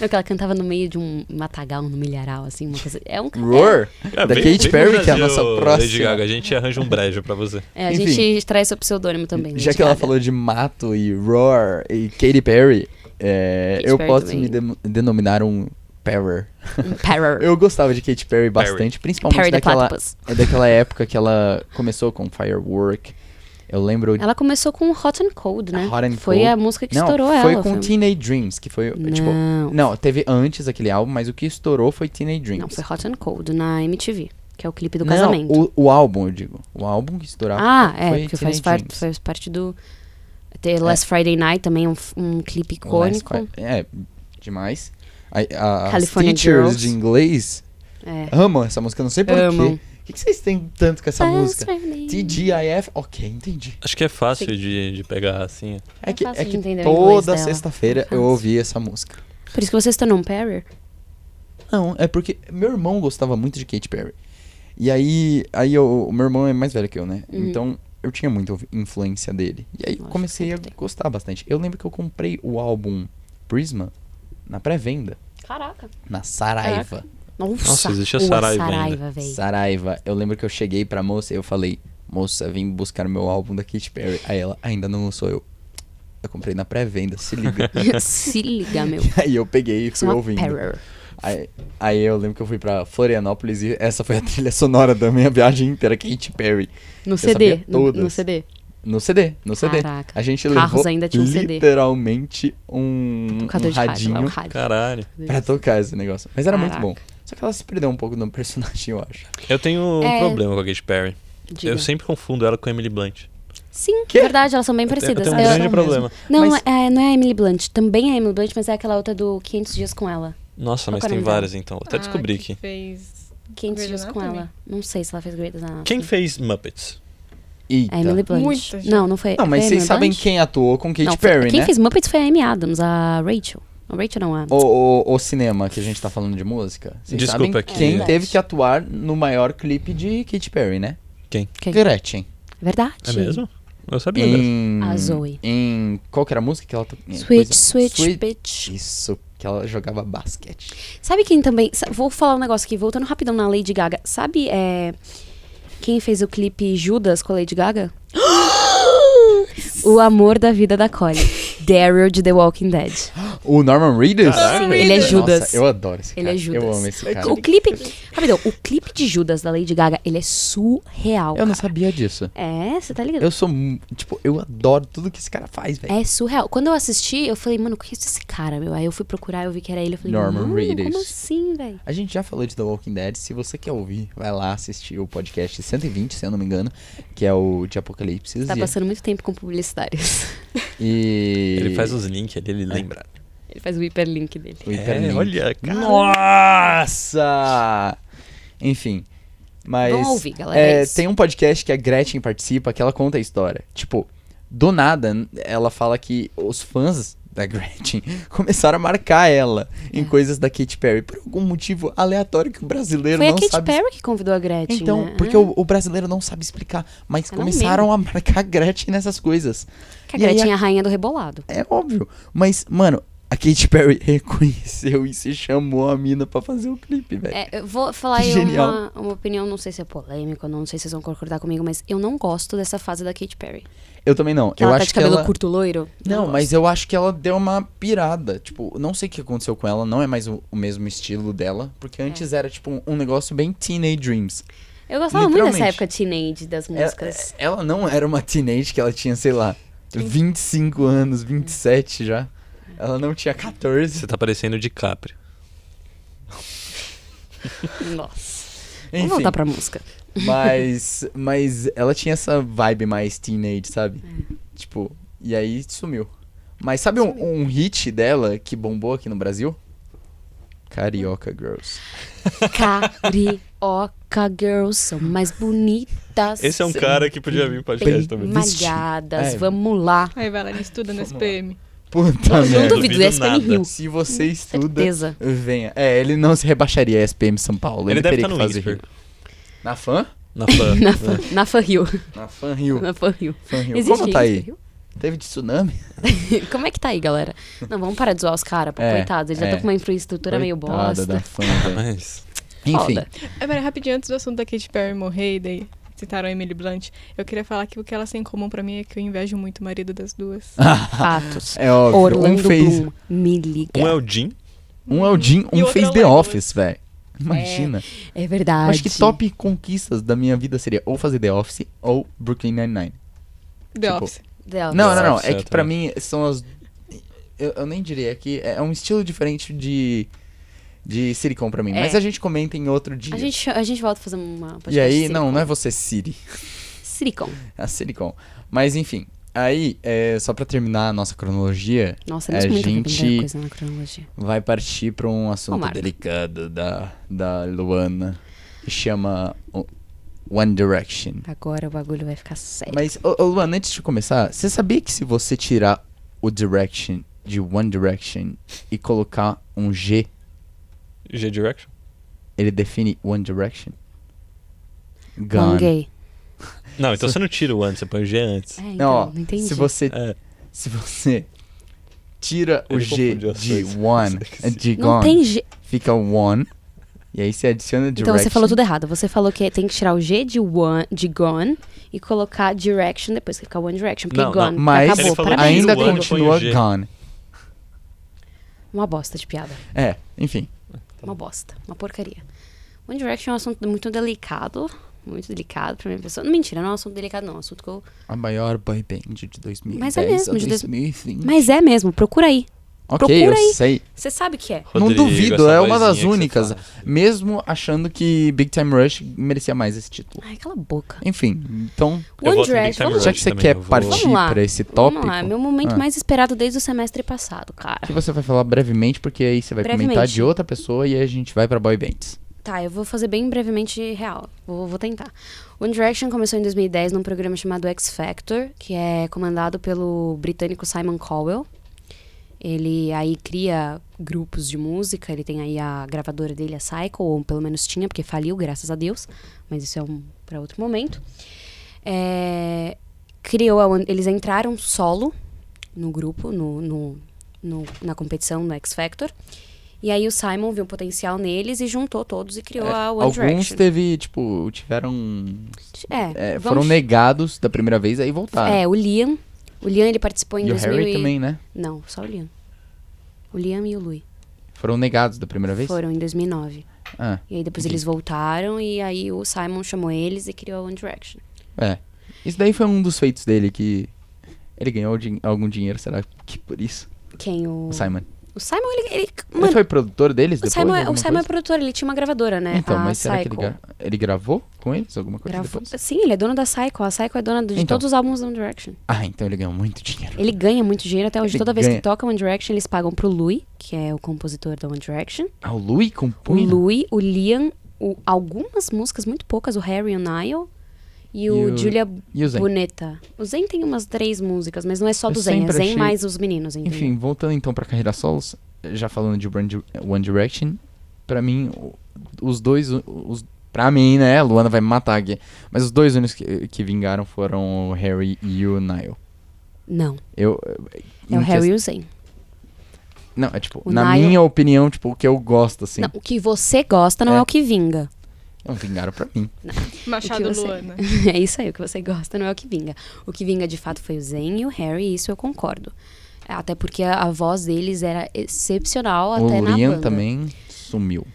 C: Não, que ela cantava no meio de um matagal, no milharal, assim, uma coisa. É um ca-
B: Roar.
A: É,
B: Da
A: vem- vem
B: Katy
A: pro
B: Perry, que é a
A: Brasil,
B: nossa
A: Lady
B: próxima.
A: Gaga, a gente arranja um brejo pra você.
C: É, a
B: Enfim.
C: gente traz seu pseudônimo também.
B: Já
C: Lady
B: que ela
C: Gaga.
B: falou de mato e roar e Katy Perry, é,
C: Katy
B: eu
C: Perry
B: posso
C: também.
B: me dem- denominar um perrer.
C: Um Parror.
B: Eu gostava de Katy Perry bastante, principalmente
C: Perry the
B: daquela,
C: Platypus.
B: é daquela época que ela começou com Firework. Eu lembro
C: Ela começou com Hot and Cold, né?
B: Hot and
C: foi
B: Cold.
C: a música que
B: não,
C: estourou
B: foi
C: ela.
B: com
C: foi- um
B: Teenage Dreams, que foi, tipo...
C: Não.
B: Não, teve antes aquele álbum, mas o que estourou foi Teenage Dreams.
C: Não, foi Hot and Cold na MTV, que é o clipe do
B: Não,
C: casamento.
B: O, o álbum, eu digo. O álbum que estourava.
C: Ah, é,
B: foi
C: porque faz
B: Teenage
C: parte,
B: Dreams.
C: faz parte do. The Last Friday Night também, é um, f- um clipe
B: O Last
C: icônico.
B: Fi- É, demais. A- a- as
C: California
B: teachers
C: Girls.
B: de inglês
C: É.
B: amam essa música, não sei porquê.
C: Amam.
B: O que, que vocês têm tanto com Ah, essa
C: Last
B: música?
C: Friday.
B: TGIF? Ok, entendi.
A: Acho que é fácil de, de pegar assim.
B: É
C: É
B: que,
C: fácil
B: é
C: de
B: que
C: entender o inglês
B: toda
C: dela.
B: sexta-feira
C: É
B: eu
C: fácil.
B: ouvi essa música.
C: Por isso que você se tornou um parrier?
B: Não, é porque meu irmão gostava muito de Katy Perry. E aí, aí eu- o meu irmão é mais velho que eu, né?
C: Uhum.
B: Então eu tinha muita influência dele. E aí eu
C: Lógico,
B: comecei a
C: sempre tem.
B: gostar bastante. Eu lembro que eu comprei o álbum Prisma na pré-venda,
C: Caraca.
B: na Saraiva.
C: Nossa,
A: Nossa, existe a
C: o
A: Saraiva ainda.
C: Saraiva, velho.
B: Saraiva. Eu lembro que eu cheguei pra moça e eu falei: "Moça, vim buscar meu álbum da Katy Perry". Aí ela: "Ainda não lançou eu". Eu comprei na pré-venda, se liga.
C: se liga, meu.
B: e aí eu peguei e
C: Você
B: fui
C: é uma
B: ouvindo.
C: parrier.
B: Aí, aí eu lembro que eu fui pra Florianópolis e essa foi a trilha sonora da minha viagem inteira, Katy Perry.
C: No
B: Eu
C: CD.
B: sabia
C: No, no
B: todas.
C: CD.
B: No CD, no CD.
C: Caraca.
B: A gente
C: Carros
B: levou
C: ainda tinha um CD.
B: literalmente um, um
C: Tocador de rádio. Lá, o
B: radinho
C: rádio.
A: Caralho.
B: pra tocar esse negócio. Mas era
C: Caraca.
B: muito bom. Só que ela se perdeu um pouco no personagem, eu acho.
A: Eu tenho um
C: É.
A: problema com a Katy Perry.
C: Diga.
A: Eu sempre confundo ela com a Emily Blunt.
C: Sim,
B: Quê?
C: verdade, elas são bem
A: Eu tenho, eu
C: parecidas.
A: tenho um
C: Eu-
A: grande
B: são
A: problema.
C: Não,
B: Mas-
C: é, não é a Emily Blunt. Também é a Emily Blunt, mas é aquela outra do 500 Dias com ela.
A: Nossa,
C: Qual
A: mas
C: que é
A: tem
C: o nome dela?
A: várias então. Até descobri
D: Ah,
A: aqui.
D: Fez...
C: 500
D: Grey's
C: Dias com
D: Anatomy?
C: ela. Não sei se ela fez Great Anatomy.
A: Quem fez Muppets?
B: Eita.
C: É a Emily Blunt.
D: Muita gente.
C: Não, não foi.
B: Não, mas
C: foi a
B: vocês
C: Emily
B: sabem
C: Blunt?
B: quem atuou com Katy
C: Não, foi-
B: Perry,
C: quem
B: né? Oh.
C: fez Muppets foi a Amy Adams, a Rachel. A Rachel não, a...
B: O, o, o cinema que a gente tá falando de música. Vocês
A: Desculpa,
B: sabem
A: que-
B: quem
C: É.
B: teve que atuar no maior clipe de Katy Perry, né?
A: Quem?
C: Quem?
B: Gretchen.
C: Verdade.
A: É mesmo? Eu sabia. dessa.
B: Em,
C: A Zoe.
B: Em. Qual que era a música que ela to-
C: Switch,
B: coisa-
C: switch, bitch.
B: Isso, que ela jogava basquete.
C: Sabe quem também... sa- Vou falar um negócio aqui, voltando rapidão na Lady Gaga. Sabe é, quem fez o clipe Judas com a Lady Gaga? o amor da vida da Collie. Daryl de The Walking Dead.
B: O Norman Reedus?
A: Caralho.
C: Ele é Judas.
B: Nossa, eu adoro esse
C: Ele
B: cara.
C: é Judas.
B: Eu amo esse cara.
C: O clipe... Rapidão, o clipe de Judas da Lady Gaga, ele é surreal.
B: Eu não
C: cara.
B: sabia disso.
C: É, você tá ligado?
B: Eu sou. mu- Tipo, eu adoro tudo que esse cara faz, velho.
C: É surreal. Quando eu assisti, eu falei, mano, que isso é esse cara, meu? Aí eu fui procurar, eu vi que era ele. Eu falei,
B: Norman
C: mano,
B: Reedus.
C: como assim, velho?
B: A gente já falou de The Walking Dead. Se você quer ouvir, vai lá assistir o podcast 120, se eu não me engano, que é o de Apocalipse.
C: Tá passando muito tempo com publicitários.
B: E.
A: Ele faz os links ali, ele lembra.
C: ele faz o hiperlink dele.
B: o
A: É,
B: hiperlink.
A: olha, cara.
B: Nossa! Enfim. Mas.
C: Vão ouvir, galera,
B: é,
C: é isso.
B: tem um podcast que a Gretchen participa que ela conta a história. Tipo, do nada, n- ela fala que os fãs da Gretchen começaram a marcar ela
C: É.
B: em coisas da Katy Perry. Por algum motivo aleatório que o brasileiro
C: Foi a
B: não
C: Katy
B: sabe.
C: Perry que convidou a Gretchen,
B: Então,
C: né? É
B: porque
C: Ah,
B: o, o brasileiro não sabe explicar, mas
C: Eu não
B: começaram a marcar a Gretchen nessas coisas.
C: Que a
B: e aí a-
C: Gretchen é a rainha do rebolado.
B: É óbvio. Mas, mano, a Katy Perry reconheceu isso e chamou a mina pra fazer o clipe, velho.
C: É, eu vou falar
B: Que
C: aí
B: genial.
C: uma, uma opinião, não sei se é polêmica, não sei se vocês vão concordar comigo, mas eu não gosto dessa fase da Katy Perry.
B: Eu também não.
C: Que
B: eu
C: ela tá
B: acho
C: de
B: que
C: cabelo
B: ela...
C: curto loiro.
B: Não,
C: gosto.
B: mas eu acho que ela deu uma pirada. Tipo, não sei o que aconteceu com ela, não é mais o, o mesmo estilo dela. Porque
C: É.
B: antes era, tipo, um, um negócio bem Teenage Dreams.
C: Eu gostava muito dessa
B: literalmente. É,
C: época teenage das
B: Ela,
C: músicas.
B: ela não era uma teenage que ela tinha, sei lá, 25 anos, 27 já. Ela não tinha 14.
A: Você tá parecendo de Capri.
C: Nossa.
B: é. Enfim,
C: Vamos voltar pra música.
B: mas, mas ela tinha essa vibe mais teenage, sabe?
C: É.
B: Tipo, e aí sumiu. Mas sabe um, um hit dela que bombou aqui no Brasil? Carioca Girls.
C: Carioca girls são mais bonitas.
A: Esse é um cara que podia vir pro
C: bem
A: podcast também.
B: Vestir.
C: malhadas.
B: É.
C: Vamos lá.
D: Aí vai lá, ele estuda no
B: Vamos lá.
D: SPM.
B: Puta merda.
C: Eu não duvido,
A: é, Duvido
C: do SPM
A: nada.
C: Rio.
B: Se você estuda,
C: Certeza.
B: venha. É, ele não se rebaixaria a SPM São Paulo. Ele,
A: Ele deve
B: teria
A: estar
B: que
A: no
B: fazer
A: Whisper.
B: Rio. Na fã?
A: Na É. fã.
C: Na Fan- Na Fan Rio.
B: Na fã Rio.
C: Na Fan Rio.
B: Fã Rio.
C: Existe
B: Como tá
C: isso,
B: aí?
C: Rio?
B: Teve de tsunami?
C: Como é que tá aí, galera? Não, vamos parar de zoar os caras, pô,
B: É,
C: coitados. Eles já
B: é.
C: estão com uma infraestrutura meio
B: Coitada né?
C: bosta.
B: da fã, velho.
A: Mas.
B: Enfim.
C: Foda.
D: É, pera, rapidinho, antes do assunto da Katy Perry morrer, e daí citaram a Emily Blunt, eu queria falar que o que elas têm em comum pra mim é que eu invejo muito o marido das duas.
C: Fatos.
B: É óbvio.
C: Orlando
B: um fez.
C: Bloom, me liga.
A: Um é o Jim.
B: Um é o Jim,
D: E
B: um
D: outro é
B: fez
D: o
B: The
D: Legolas.
B: Office, velho. Imagina.
C: É verdade.
B: Acho que top conquistas da minha vida seria ou fazer The Office ou Brooklyn Nine-Nine.
D: The
B: Tipo,
D: Office.
C: Delas.
B: Não, não, não.
A: Office,
B: É
A: é,
B: que pra
A: também.
B: mim são as. Eu, eu nem diria que é um estilo diferente de. De sitcom pra mim.
C: É.
B: Mas a gente comenta em outro dia.
C: A gente, a gente volta a fazer uma podcast
B: E aí,
C: de
B: não, não é
C: silicone.
B: você, Siri.
C: Silicon.
B: É a Silicon. Mas enfim. Aí, é, só pra terminar a nossa cronologia,
C: Nossa,
B: A
C: nós muito
B: É, gente-
C: gente... coisa na cronologia.
B: vai partir pra um assunto
C: Marco.
B: delicado da, da Luana. Que chama o- One Direction.
C: Agora o bagulho vai ficar sério.
B: Mas, ô, ô, Luan, antes de começar, você sabia que se você tirar o Direction de One Direction e colocar um G,
A: G Direction.
B: ele define One Direction?
C: Não,
B: Gone.
C: gay.
A: Não, então você não tira o antes, você põe o G antes.
C: É, então,
B: Não, ó,
C: não entendi.
B: se você,
A: É.
B: se você tira o
A: Ele
B: G
A: confundiu as
B: de
A: coisas.
B: One, de
C: Não
B: Gone,
C: tem G.
B: fica One, e aí você adiciona Direction.
C: Então você falou tudo errado. Você falou que tem que tirar o G de, one, de Gone e colocar Direction depois que ficar One Direction. Porque
A: Não, não.
C: Gone
B: Mas
C: acabou.
A: Ele falou
C: Parabéns,
B: Ainda
A: Tira o One,
C: Gone.
B: continua
A: põe o G.
B: Gone.
C: Uma bosta de piada.
B: É, enfim.
C: Uma bosta. Uma porcaria. One Direction é um assunto muito delicado. Muito delicado pra minha pessoa. Não, mentira, não é um assunto delicado, não. É um assunto que eu...
B: A maior boy band de 2010
C: Mas é mesmo,
B: a
C: de dois-
B: 2020.
C: Mas é mesmo. Procura aí.
B: Ok, eu
C: procura aí.
B: sei.
C: Você sabe o que é.
A: Rodrigo,
B: não duvido,
A: essa
B: é uma
A: vozinha
B: das
A: que você
B: únicas.
A: fala.
B: Mesmo achando que Big Time Rush merecia mais esse título.
C: Ai, cala a boca.
B: Enfim, então,
A: Eu voto no
C: One
A: Big
C: Direction,
A: Time
C: vamos
B: já que
A: Rush
B: você
A: também,
B: quer
A: eu vou-
B: partir
C: Vamos lá.
B: pra esse tópico,
C: Vamos lá, é meu momento
B: Ah.
C: mais esperado desde o semestre passado, cara.
B: que você vai falar brevemente, porque aí você vai comentar
C: Brevemente.
B: de outra pessoa e aí a gente vai pra boy bands.
C: Tá, eu vou fazer bem brevemente real. Vou, vou tentar. One Direction começou em 2010 num programa chamado X Factor, que é comandado pelo britânico Simon Cowell. Ele aí cria grupos de música, ele tem aí a gravadora dele, a Cycle, ou pelo menos tinha, porque faliu, graças a Deus. Mas isso é um para outro momento. É, criou a One- eles entraram solo no grupo, no, no- no- na competição no X Factor. E aí o Simon viu um potencial neles e juntou todos e criou a One
B: É, Alguns
C: Direction.
B: teve, tipo, tiveram.
C: É,
B: é,
C: vamos-
B: foram negados da primeira vez, aí voltaram.
C: É, o Liam. O Liam ele participou em
B: Tá. e o
C: 2000
B: Harry
C: e-
B: também, né?
C: Não, só o Liam. O Liam e o Louis
B: Foram negados da primeira vez?
C: foram em 2009.
B: Ah,
C: E aí depois
B: Entendi.
C: eles voltaram e aí o Simon chamou eles e criou a One Direction.
B: é. Isso daí foi um dos feitos dele que. Ele ganhou din- algum dinheiro, será que por isso?
C: Quem o
B: O Simon.
C: O Simon ele, ele-
B: ele
C: mano,
B: foi produtor deles
C: o
B: depois?
C: Simon, é, o
B: alguma
C: Simon é
B: coisa?
C: produtor, ele tinha uma gravadora, né?
B: Então,
C: a
B: mas será que ele,
C: Cycle.
B: gra- ele gravou com eles alguma coisa
C: Gravou-
B: depois?
C: Sim, ele é dono da Psycho. A Psycho é dona de
B: Então.
C: todos os álbuns da One Direction.
B: Ah, então ele ganhou muito dinheiro.
C: Ele ganha muito dinheiro até hoje.
B: Ele
C: Toda vez que
B: ganha.
C: toca One Direction, eles pagam pro Louis, que é o compositor da One Direction.
B: Ah, o Louis compunha?
C: O Louis, o Liam, o- algumas músicas, muito poucas, o Harry e o Nile. E o,
B: E o-
C: Julia
B: e o Zen?
C: Boneta. O Zen tem umas três músicas, mas não é só
B: Eu
C: do Zen, é
B: sempre
C: Zen
B: achei-
C: mais os meninos, entendeu?
B: Enfim, voltando então pra carreira solos, já falando de Brand- One Direction, pra mim, o- os dois... o- Os, pra mim, né? A Luana vai me matar aqui. Mas os dois únicos que, que vingaram foram o Harry e o Niall.
C: Não,
B: Eu,
C: é
B: em
C: o Harry
B: quest-
C: e o Zen.
B: Não, é tipo,
C: o
B: na
C: Niall-
B: minha opinião, tipo, o que eu gosto, assim.
C: Não, o que você gosta não é,
B: É.
C: o que vinga.
B: Não vingaram pra mim.
D: Machado
C: você-
D: Luana.
C: É isso aí, o que você gosta não é o que vinga. O que vinga de fato foi o Zen e o Harry, e isso eu concordo. Até porque a, a voz deles era excepcional até
B: o
C: na
B: Liam
C: banda.
B: também sumiu.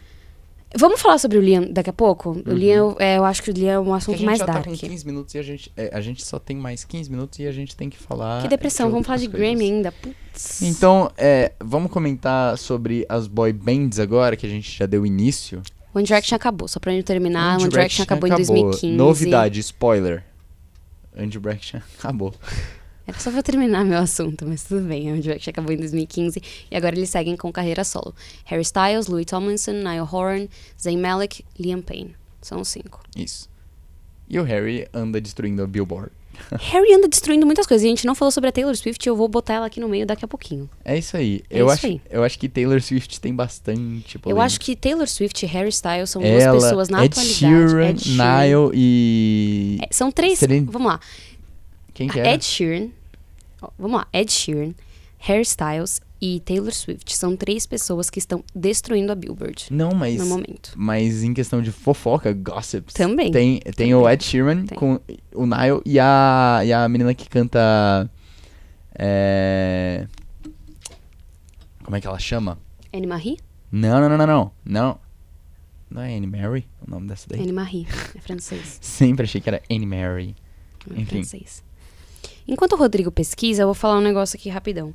C: Vamos falar sobre o Liam daqui a pouco?
B: Uhum.
C: O Liam, eu, é, eu acho que o Liam é um
B: Porque a
C: assunto
B: gente
C: mais
B: já
C: dark.
B: tá com 15 minutos e a gente, é, a gente só tem mais 15 minutos e a gente tem Ah, é que falar.
C: Que depressão,
B: de
C: vamos falar de
B: outras coisas.
C: Grammy ainda. Putz.
B: Então, é, vamos comentar sobre as boy bands agora, que a gente já deu início.
C: One Direction acabou, só pra gente terminar. One, Direction acabou, em 2015.
B: Novidade, spoiler. One Direction acabou.
C: Era É só pra terminar meu assunto, mas tudo bem. One Direction acabou em 2015 e agora eles seguem com carreira solo. Harry Styles, Louis Tomlinson, Niall Horan, Zayn Malik, Liam Payne. São os cinco.
B: Isso. E o Harry anda destruindo a Billboard.
C: Harry anda destruindo muitas coisas. E a gente não falou sobre a Taylor Swift e eu vou botar ela aqui no meio daqui a pouquinho.
B: É isso aí.
C: É
B: eu,
C: isso
B: acho,
C: aí.
B: eu acho que Taylor Swift tem bastante
C: Eu
B: polêmica.
C: acho que Taylor Swift e Harry Styles são duas
B: Ela,
C: pessoas na
B: Ed
C: atualidade.
B: Sheeran,
C: Ed Sheeran.
B: Niall e...
C: É, são três.
B: Celine-
C: Vamos lá.
B: Quem que era?
C: Ah, Ed Sheeran. ó, Vamos lá. Ed Sheeran, Harry Styles e Taylor Swift são três pessoas que estão destruindo a Billboard
B: Não, mas...
C: no momento.
B: Mas em questão de fofoca, gossips...
C: Também.
B: Tem, tem o Ed Sheeran
C: Tem.
B: com o Niall e a, e a menina que canta... É... Como é que ela chama?
C: Anne Marie?
B: Não, não, não, não, não. Não. Não é Anne Mary o nome dessa daí?
C: Anne Marie. É francês.
B: Sempre achei que era Anne Mary.
C: É
B: Enfim.
C: francês. Enquanto o Rodrigo pesquisa, eu vou falar um negócio aqui rapidão.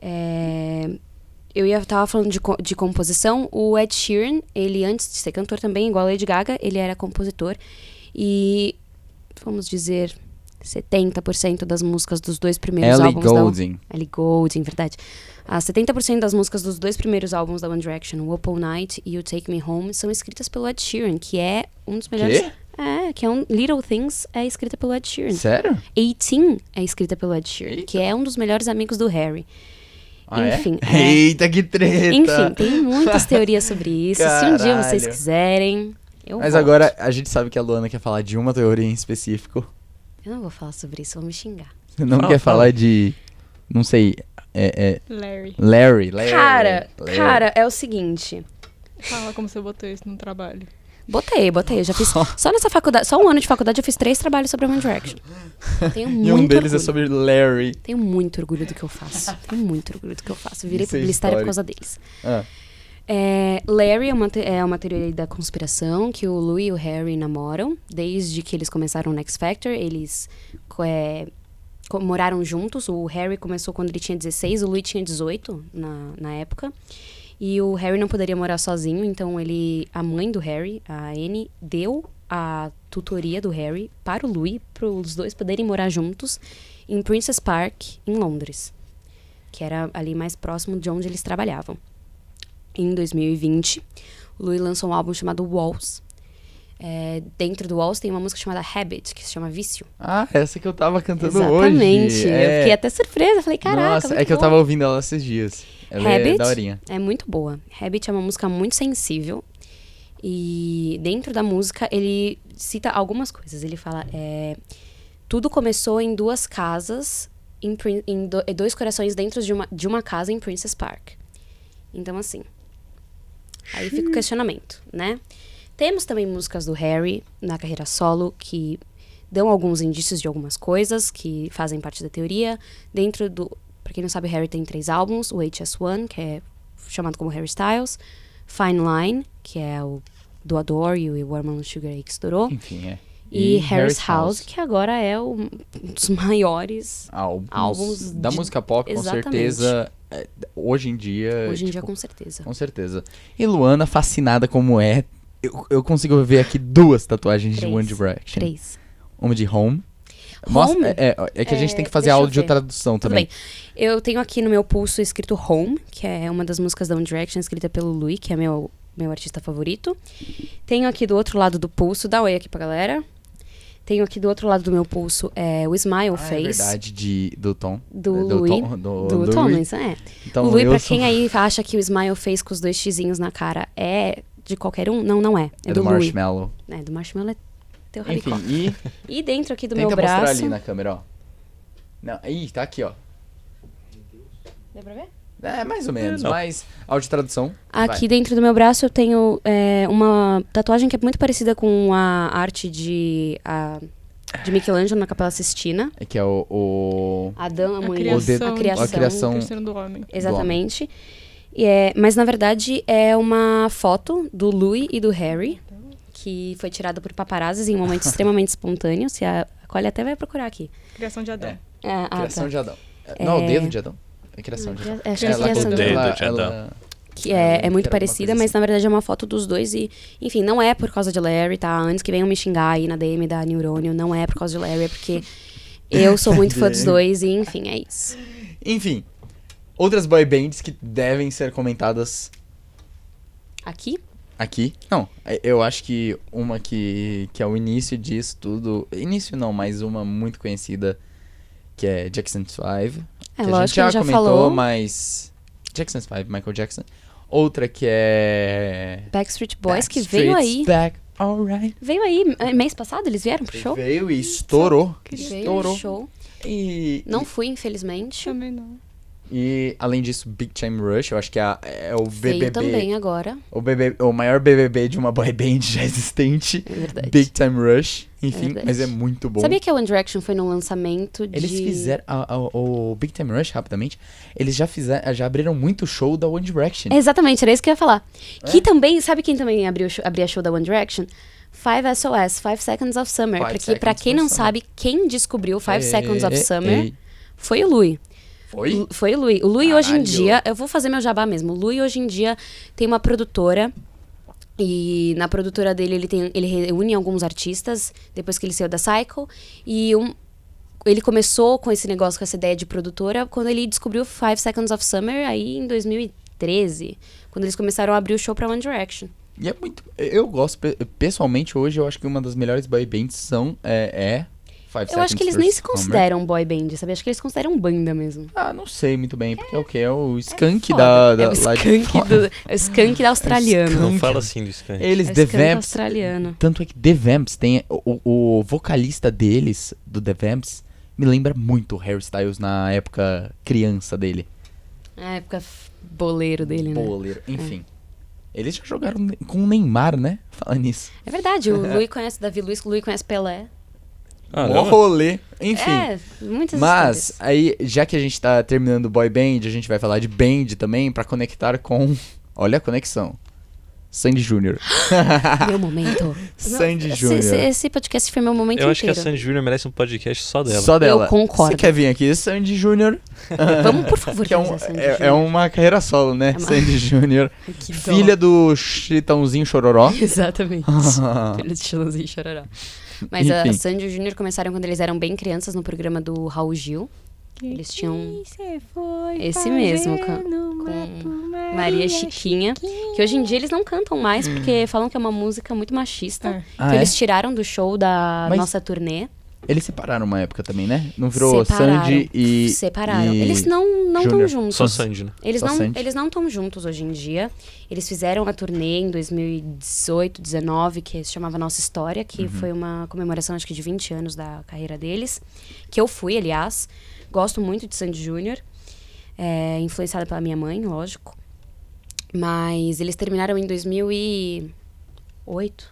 C: É, Eu ia tava falando de, co- de composição. O Ed Sheeran, ele antes de ser cantor também, igual a Lady Gaga, ele era compositor. E, vamos dizer, 70% das músicas dos dois primeiros
B: Ellie
C: álbuns da One-
B: Goulding.
C: Ellie Goulding, verdade. Ah, 70% das músicas dos dois primeiros álbuns da One Direction, o Opal Night e o Take Me Home, são escritas pelo Ed Sheeran, que é um dos melhores...
B: Quê?
C: É, que é um... Little Things é escrita pelo Ed Sheeran.
B: Sério?
C: 18 é escrita pelo Ed Sheeran,
B: Eita.
C: que é um dos melhores amigos do Harry.
B: Ah, é?
C: Enfim, é.
B: Eita, que treta!
C: Enfim, tem muitas teorias sobre isso. Se um dia vocês
B: Caralho.
C: quiserem, eu
B: Mas
C: volto.
B: agora a gente sabe que a Luana quer falar de uma teoria em específico.
C: Eu não vou falar sobre isso, vou me xingar.
B: Você não
A: Fala,
B: quer
A: fala.
B: falar de. Não sei. É, é
D: Larry,
B: Larry, Larry.
C: Cara,
B: Larry.
C: cara, é o seguinte.
D: fala como você botou isso no trabalho.
C: Botei, botei. Já fiz. Só nessa faculdade, só um ano de faculdade, eu fiz três trabalhos sobre a One Direction. Tenho muito
B: E um deles
C: orgulho.
B: é sobre Larry.
C: Tenho muito orgulho do que eu faço. Tenho muito orgulho do que eu faço. Virei
B: Isso é
C: publicitária por
B: histórico.
C: causa deles.
B: Ah,
C: É, Larry é uma, te- é uma teoria da conspiração que o Lou e o Harry namoram desde que eles começaram o X Factor. Eles co- é, co- moraram juntos. O Harry começou quando ele tinha 16, o Louis tinha 18 na, na época. E o Harry não poderia morar sozinho, então ele, a mãe do Harry, a Anne, deu a tutoria do Harry para o Louis, para os dois poderem morar juntos em Princess Park, em Londres, que era ali mais próximo de onde eles trabalhavam em 2020. O Louis lançou um álbum chamado Walls. É, dentro do Walls tem uma música chamada Habit, que se chama Vício.
B: Ah, essa que eu tava cantando hoje.
C: Exatamente. Eu
B: É.
C: fiquei até surpresa. Falei, caraca,
B: Nossa,
C: muito
B: é que eu
C: boa.
B: tava ouvindo ela esses dias. Ela é
C: Habit?
B: daorinha.
C: É muito boa. Habit é uma música muito sensível. E dentro da música, ele cita algumas coisas. Ele fala: é, Tudo começou em duas casas, em, Prin- em do- em dois corações dentro de uma, de uma casa em Princess Park. Então, assim. Aí fica o questionamento, né? Temos também músicas do Harry na carreira solo que dão alguns indícios de algumas coisas que fazem parte da teoria. Dentro do. Pra quem não sabe, o Harry tem três álbuns: o HS1, que é chamado como Harry Styles, Fine Line, que é o do Adore You e o Watermelon Sugar aí que estourou,
B: Enfim, é.
C: e, Harry's House, que agora é o- um dos maiores.
B: álbuns,
C: Álbuns
B: da
C: de-
B: música pop,
C: Exatamente.
B: com certeza. é, Hoje em dia.
C: Hoje em dia,
B: tipo,
C: com certeza.
B: com certeza. E Luana, fascinada como é, eu, eu consigo ver aqui duas tatuagens
C: Três.
B: de One Direction.
C: Três.
B: Uma de Home. Mostra-
C: Home?
B: é, é, é que a gente
C: É,
B: tem que fazer
C: deixa eu
B: áudio
C: ver.
B: de tradução
C: Tudo
B: também.
C: bem. Eu tenho aqui no meu pulso escrito Home, que é uma das músicas da One Direction, escrita pelo Louis, que é meu, meu artista favorito. Tenho aqui do outro lado do pulso, dá oi aqui pra galera. Tenho aqui do outro lado do meu pulso é, o Smile
B: Ah, é
C: Face,
B: verdade, de, do Tom.
C: Do
B: do
C: Louis,
B: Tom, do,
C: do
B: Louis.
C: Thomas, é.
B: Então,
C: o Louis,
B: eu
C: pra
B: sou-
C: quem aí acha que o Smile Face com os dois xizinhos na cara é de qualquer um, não, não é. É,
B: É do,
C: Louis.
B: Marshmallow.
C: É, do Marshmallow é teu
B: Enfim,
C: rabicó.
B: e
C: E dentro aqui do
B: tenta
C: meu
B: mostrar
C: braço...
B: ali né? na câmera, ó. Não, ih, tá aqui, ó.
C: Dá pra ver?
B: É, mais ou menos,
A: não.
B: mas áudio de tradução.
C: Aqui dentro do meu braço eu tenho é, uma tatuagem que é muito parecida com a arte de, a- de Michelangelo na Capela Sistina.
B: vai. É que é o- o...
C: Adão, a,
D: A
C: mulher,
D: criação.
C: a criação.
B: A criação.
D: Cristiano do homem.
C: Exatamente. E é, mas na verdade é uma foto do Louis e do Harry, que foi tirada por paparazzis em um momento extremamente espontâneo. Se a, a Colly até vai procurar aqui.
D: Criação de Adão.
B: É.
C: É, ah, tá.
B: Criação de Adão. Não, o dedo de Adão. É criação de Adão.
C: É, acho que é
B: Ela-
C: criação de
A: Adão.
B: ela-
A: Dedo de Adão.
B: ela-
C: que é, é
B: Era
C: muito
B: alguma
C: parecida,
B: coisa assim.
C: mas na verdade é uma foto dos dois e, enfim, não é por causa de Larry, tá? Antes que venham me xingar aí na DM da Neurônio, não é por causa de Larry, é porque eu sou muito fã dos dois e, enfim, é isso.
B: Enfim, outras boy bands que devem ser comentadas
C: Aqui?
B: Aqui? Não. é- Eu acho que uma que, que é o início disso tudo. Início não, mas uma muito conhecida que é Jackson 5. que a
C: É lógico
B: gente
C: que
B: já,
C: ele já
B: comentou,
C: falou.
B: mas. Jackson 5, Michael Jackson. Outra que é.
C: Backstreet Boys, que veio aí.
B: Backstreet's Back, alright.
C: Veio aí, eh, mês passado eles vieram pro show?
B: Veio e estourou.
C: Veio
B: Estourou.
C: no show.
B: E,
C: Não fui, infelizmente.
D: Também não.
B: e, além disso, Big Time Rush, eu acho que é, a- é o
C: Veio
B: BBB.
C: também agora.
B: O, BBB, o maior BBB de uma boy band já existente.
C: É verdade.
B: Big Time Rush. Enfim,
C: verdade.
B: mas é muito bom.
C: Sabia que a One Direction foi no lançamento de...
B: Eles fizeram. a- a- o Big Time Rush, rapidamente. Eles já fizeram. Já abriram muito show da One Direction.
C: Exatamente, era isso que eu ia falar.
B: É?
C: Que também, sabe quem também abriu, show- abria show da One Direction? Five SOS, Five Seconds of Summer.
B: Five
C: Porque pra
B: Seconds
C: quem
B: of
C: não
B: Summer.
C: sabe, quem descobriu Five
B: Ei,
C: Seconds of
B: ei,
C: Summer
B: ei.
C: foi o Louis.
B: É, Foi?
C: Lu- Foi o Lui. O Lui hoje em
B: Caralho.
C: dia, eu vou fazer meu jabá mesmo. O Lui hoje em dia tem uma produtora. E na produtora dele ele, tem, ele reúne alguns artistas depois que ele saiu da Cycle. E um- ele começou com esse negócio, com essa ideia de produtora, quando ele descobriu Five Seconds of Summer aí em 2013. Quando eles começaram a abrir o show pra One Direction.
B: E é muito. Eu gosto. pe- Pessoalmente, hoje eu acho que uma das melhores boy bands são. É. é Five
C: eu acho
B: Seconds
C: que eles nem
B: for
C: se
B: Summer.
C: consideram boy band, sabe? Acho que eles consideram banda mesmo.
B: Ah, não sei muito bem, porque é o que? É o skunk da,
C: Foda.
B: da.
C: é o
B: lá de
C: skunk,
B: fora.
C: do, é o skunk da australiana.
A: Não
B: Nunca.
A: fala assim do Skank.
B: Eles,
C: É o
B: The
C: skunk
B: Vamps.
C: australiano.
B: Tanto é que The Vamps tem. O, o vocalista deles, do The Vamps, me lembra muito o Harry Styles na época criança dele.
C: Na época f- boleiro dele, né?
B: Boleiro, enfim. Eles já jogaram ne- com o Neymar, né? Falando nisso.
C: É verdade, o Luiz conhece Davi Luiz, o Luiz conhece Pelé.
A: Ah,
B: Mó rolê. Enfim.
C: É, muitas
B: Mas,
C: histórias.
B: aí, já que a gente tá terminando o boy band, a gente vai falar de band também pra conectar com. Olha a conexão. Sandy Júnior.
C: Meu momento.
B: Sandy
C: Esse-
B: Júnior.
C: Esse, esse podcast foi meu momento
A: Eu acho que a
C: inteiro.
A: Sandy Júnior merece um podcast só dela.
B: Só dela.
C: Eu concordo.
B: Você quer vir aqui? Sandy Júnior.
C: Vamos, por favor,
B: Que é, um-
C: fazer a Sandy
B: é- é
C: Júnior.
B: uma carreira solo, né?
C: É uma-
B: Sandy Júnior.
C: Que dó.
B: Filha do Chitãozinho Chororó. Ah,
C: Exatamente. Filha de Chilãozinho e Chororó. Mas a
B: Enfim.
C: Sandy e o Júnior começaram quando eles eram bem crianças no programa do Raul Gil. Eles tinham
D: Você foi
C: esse mesmo,
D: fazer
C: com-
D: no
C: com
D: mato,
C: Maria Chiquinha, que hoje em dia eles não cantam mais porque falam que é uma música muito machista.
D: É.
B: Hum. Ah, é?
C: então eles tiraram do show da
B: Mas-
C: nossa turnê.
B: Eles separaram uma época também, né? Não virou
C: Separaram.
B: Sandy e.
C: Separaram.
B: e-
C: Eles não não estão
B: Júnior.
C: juntos.
A: Só Sandy, né?
C: Eles
B: Só
C: não,
B: Sandy.
C: eles não estão juntos hoje em dia. Eles fizeram a turnê em 2018, 19, que se chamava Nossa História, que
B: Uhum.
C: foi uma comemoração acho que de 20 anos da carreira deles, que eu fui, aliás. Gosto muito de Sandy Júnior, é, influenciada pela minha mãe, lógico. Mas eles terminaram em 2008,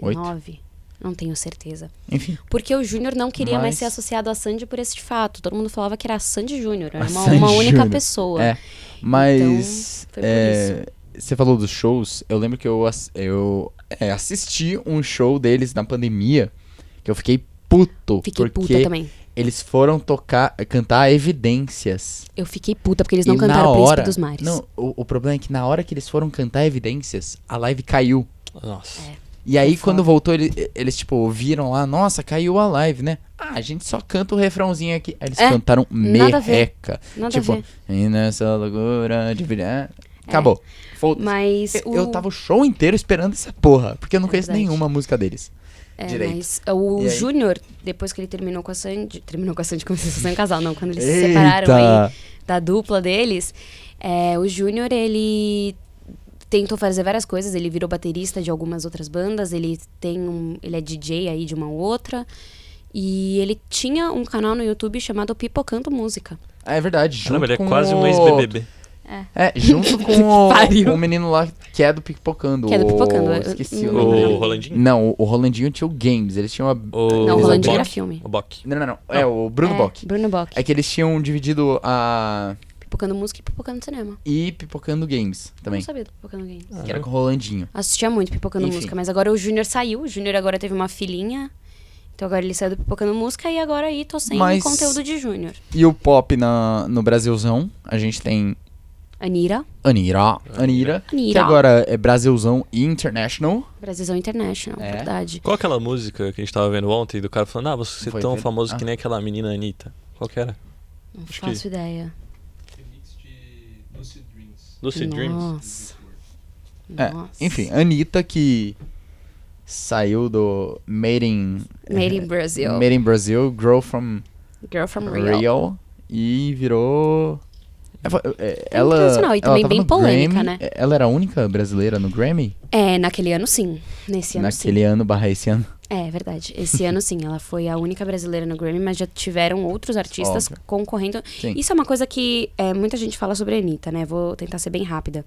C: 2009, não tenho certeza.
B: Enfim.
C: Porque o Júnior não queria mais
B: Mas-
C: ser associado a Sandy por esse fato. Todo mundo falava que era a Sandy Júnior,
B: A
C: era uma,
B: Sandy
C: uma única
B: Júnior.
C: pessoa.
B: É, mas
C: Então, foi por
B: é, você falou dos shows. Eu lembro que eu, ass- eu é, assisti um show deles na pandemia que eu fiquei puto
C: Fiquei
B: porque
C: puta também.
B: eles foram tocar, cantar Evidências.
C: Eu fiquei puta porque eles não
B: E
C: cantaram
B: na
C: Príncipe
B: hora,
C: dos Mares.
B: Não, o, o problema é que na hora que eles foram cantar Evidências, a live caiu.
A: Nossa.
C: É.
B: E aí,
C: É foda.
B: quando voltou, ele- eles, tipo, viram lá, nossa, caiu a live, né? Ah, a gente só canta o refrãozinho aqui. Aí eles
C: É,
B: cantaram
C: nada a ver.
B: merreca.
C: Nada a
B: tipo,
C: ver.
B: e nessa loucura de virar. Acabou. Foda-se.
C: É, Mas
B: Eu-
C: o...
B: Eu tava o show inteiro esperando essa porra, porque eu não
C: É
B: conheço
C: verdade.
B: nenhuma música deles.
C: é,
B: direito.
C: mas o
B: E aí?
C: Júnior, depois que ele terminou com a Sandy... Terminou com a Sandy, como se fosse um casal, não. Quando eles se separaram aí da dupla deles, é, o Júnior, ele tentou fazer várias coisas. Ele virou baterista de algumas outras bandas. Ele tem um... Ele é DJ aí de uma outra. E ele tinha um canal no YouTube chamado Pipocando Música.
B: Ah, é verdade, junto
A: Caramba, ele é
B: com
A: quase um
B: o-
A: ex-BBB.
B: É, junto com o,
C: Pariu.
B: o menino lá que é do Pipocando.
C: Que é do
B: o-
C: Pipocando, eu-
B: Esqueci
C: eu
B: o
C: não
B: nome
C: lembro.
A: O
B: dele.
A: Rolandinho?
B: Não, o- o Rolandinho tinha o Games, eles tinham a...
A: O-
C: Não,
B: eles
C: o
A: Bock.
C: Rolandinho era
B: abriram-
C: filme.
A: O Bock.
B: Não, não, não, é o Bruno
C: É,
B: Bock.
C: Bruno Bock.
B: É que eles tinham dividido a...
C: Pipocando Música e Pipocando Cinema.
B: E Pipocando Games também,
C: Não sabia do Pipocando Games.
B: que era com o Rolandinho.
C: Assistia muito Pipocando
B: Enfim.
C: Música, mas agora o Júnior saiu. O Júnior agora teve uma filhinha. Então agora ele saiu do Pipocando Música e agora aí tô sem
B: Mas-
C: conteúdo de Júnior.
B: E o pop na, no Brasilzão, a gente tem
C: Anira,
B: Anira, Anira, que
C: Anira.
B: agora é Brasilzão e International.
C: Brasilzão International,
B: É.
C: verdade.
A: Qual aquela música que a gente tava vendo ontem do cara falando, ah, você é
B: Foi
A: tão
B: ver-
A: famoso
B: ah.
A: que nem aquela menina Anitta? Qual que era?
C: Não
A: Acho
C: faço ideia.
A: Lucid Dreams.
C: Nossa.
B: É,
C: Nossa.
B: Enfim, Anitta que saiu do Made in,
C: Made in Brazil.
B: é. Made in Brazil, Grow from
C: Girl from
B: Rio,
C: Rio.
B: e virou. é, foi- é, Ela,
C: internacional, e
B: ela
C: também
B: tava
C: bem
B: no
C: polêmica,
B: Grammy,
C: né?
B: é, Ela era a única brasileira no Grammy
C: É, naquele ano sim. Nesse ano sim.
B: naquele ano barra esse ano.
C: É, é verdade. Esse ano, sim, ela foi a única brasileira no Grammy, mas já tiveram outros artistas
B: Óbvio.
C: concorrendo.
B: Sim.
C: Isso é uma coisa que é, muita gente fala sobre a Anitta, né? Vou tentar ser bem rápida.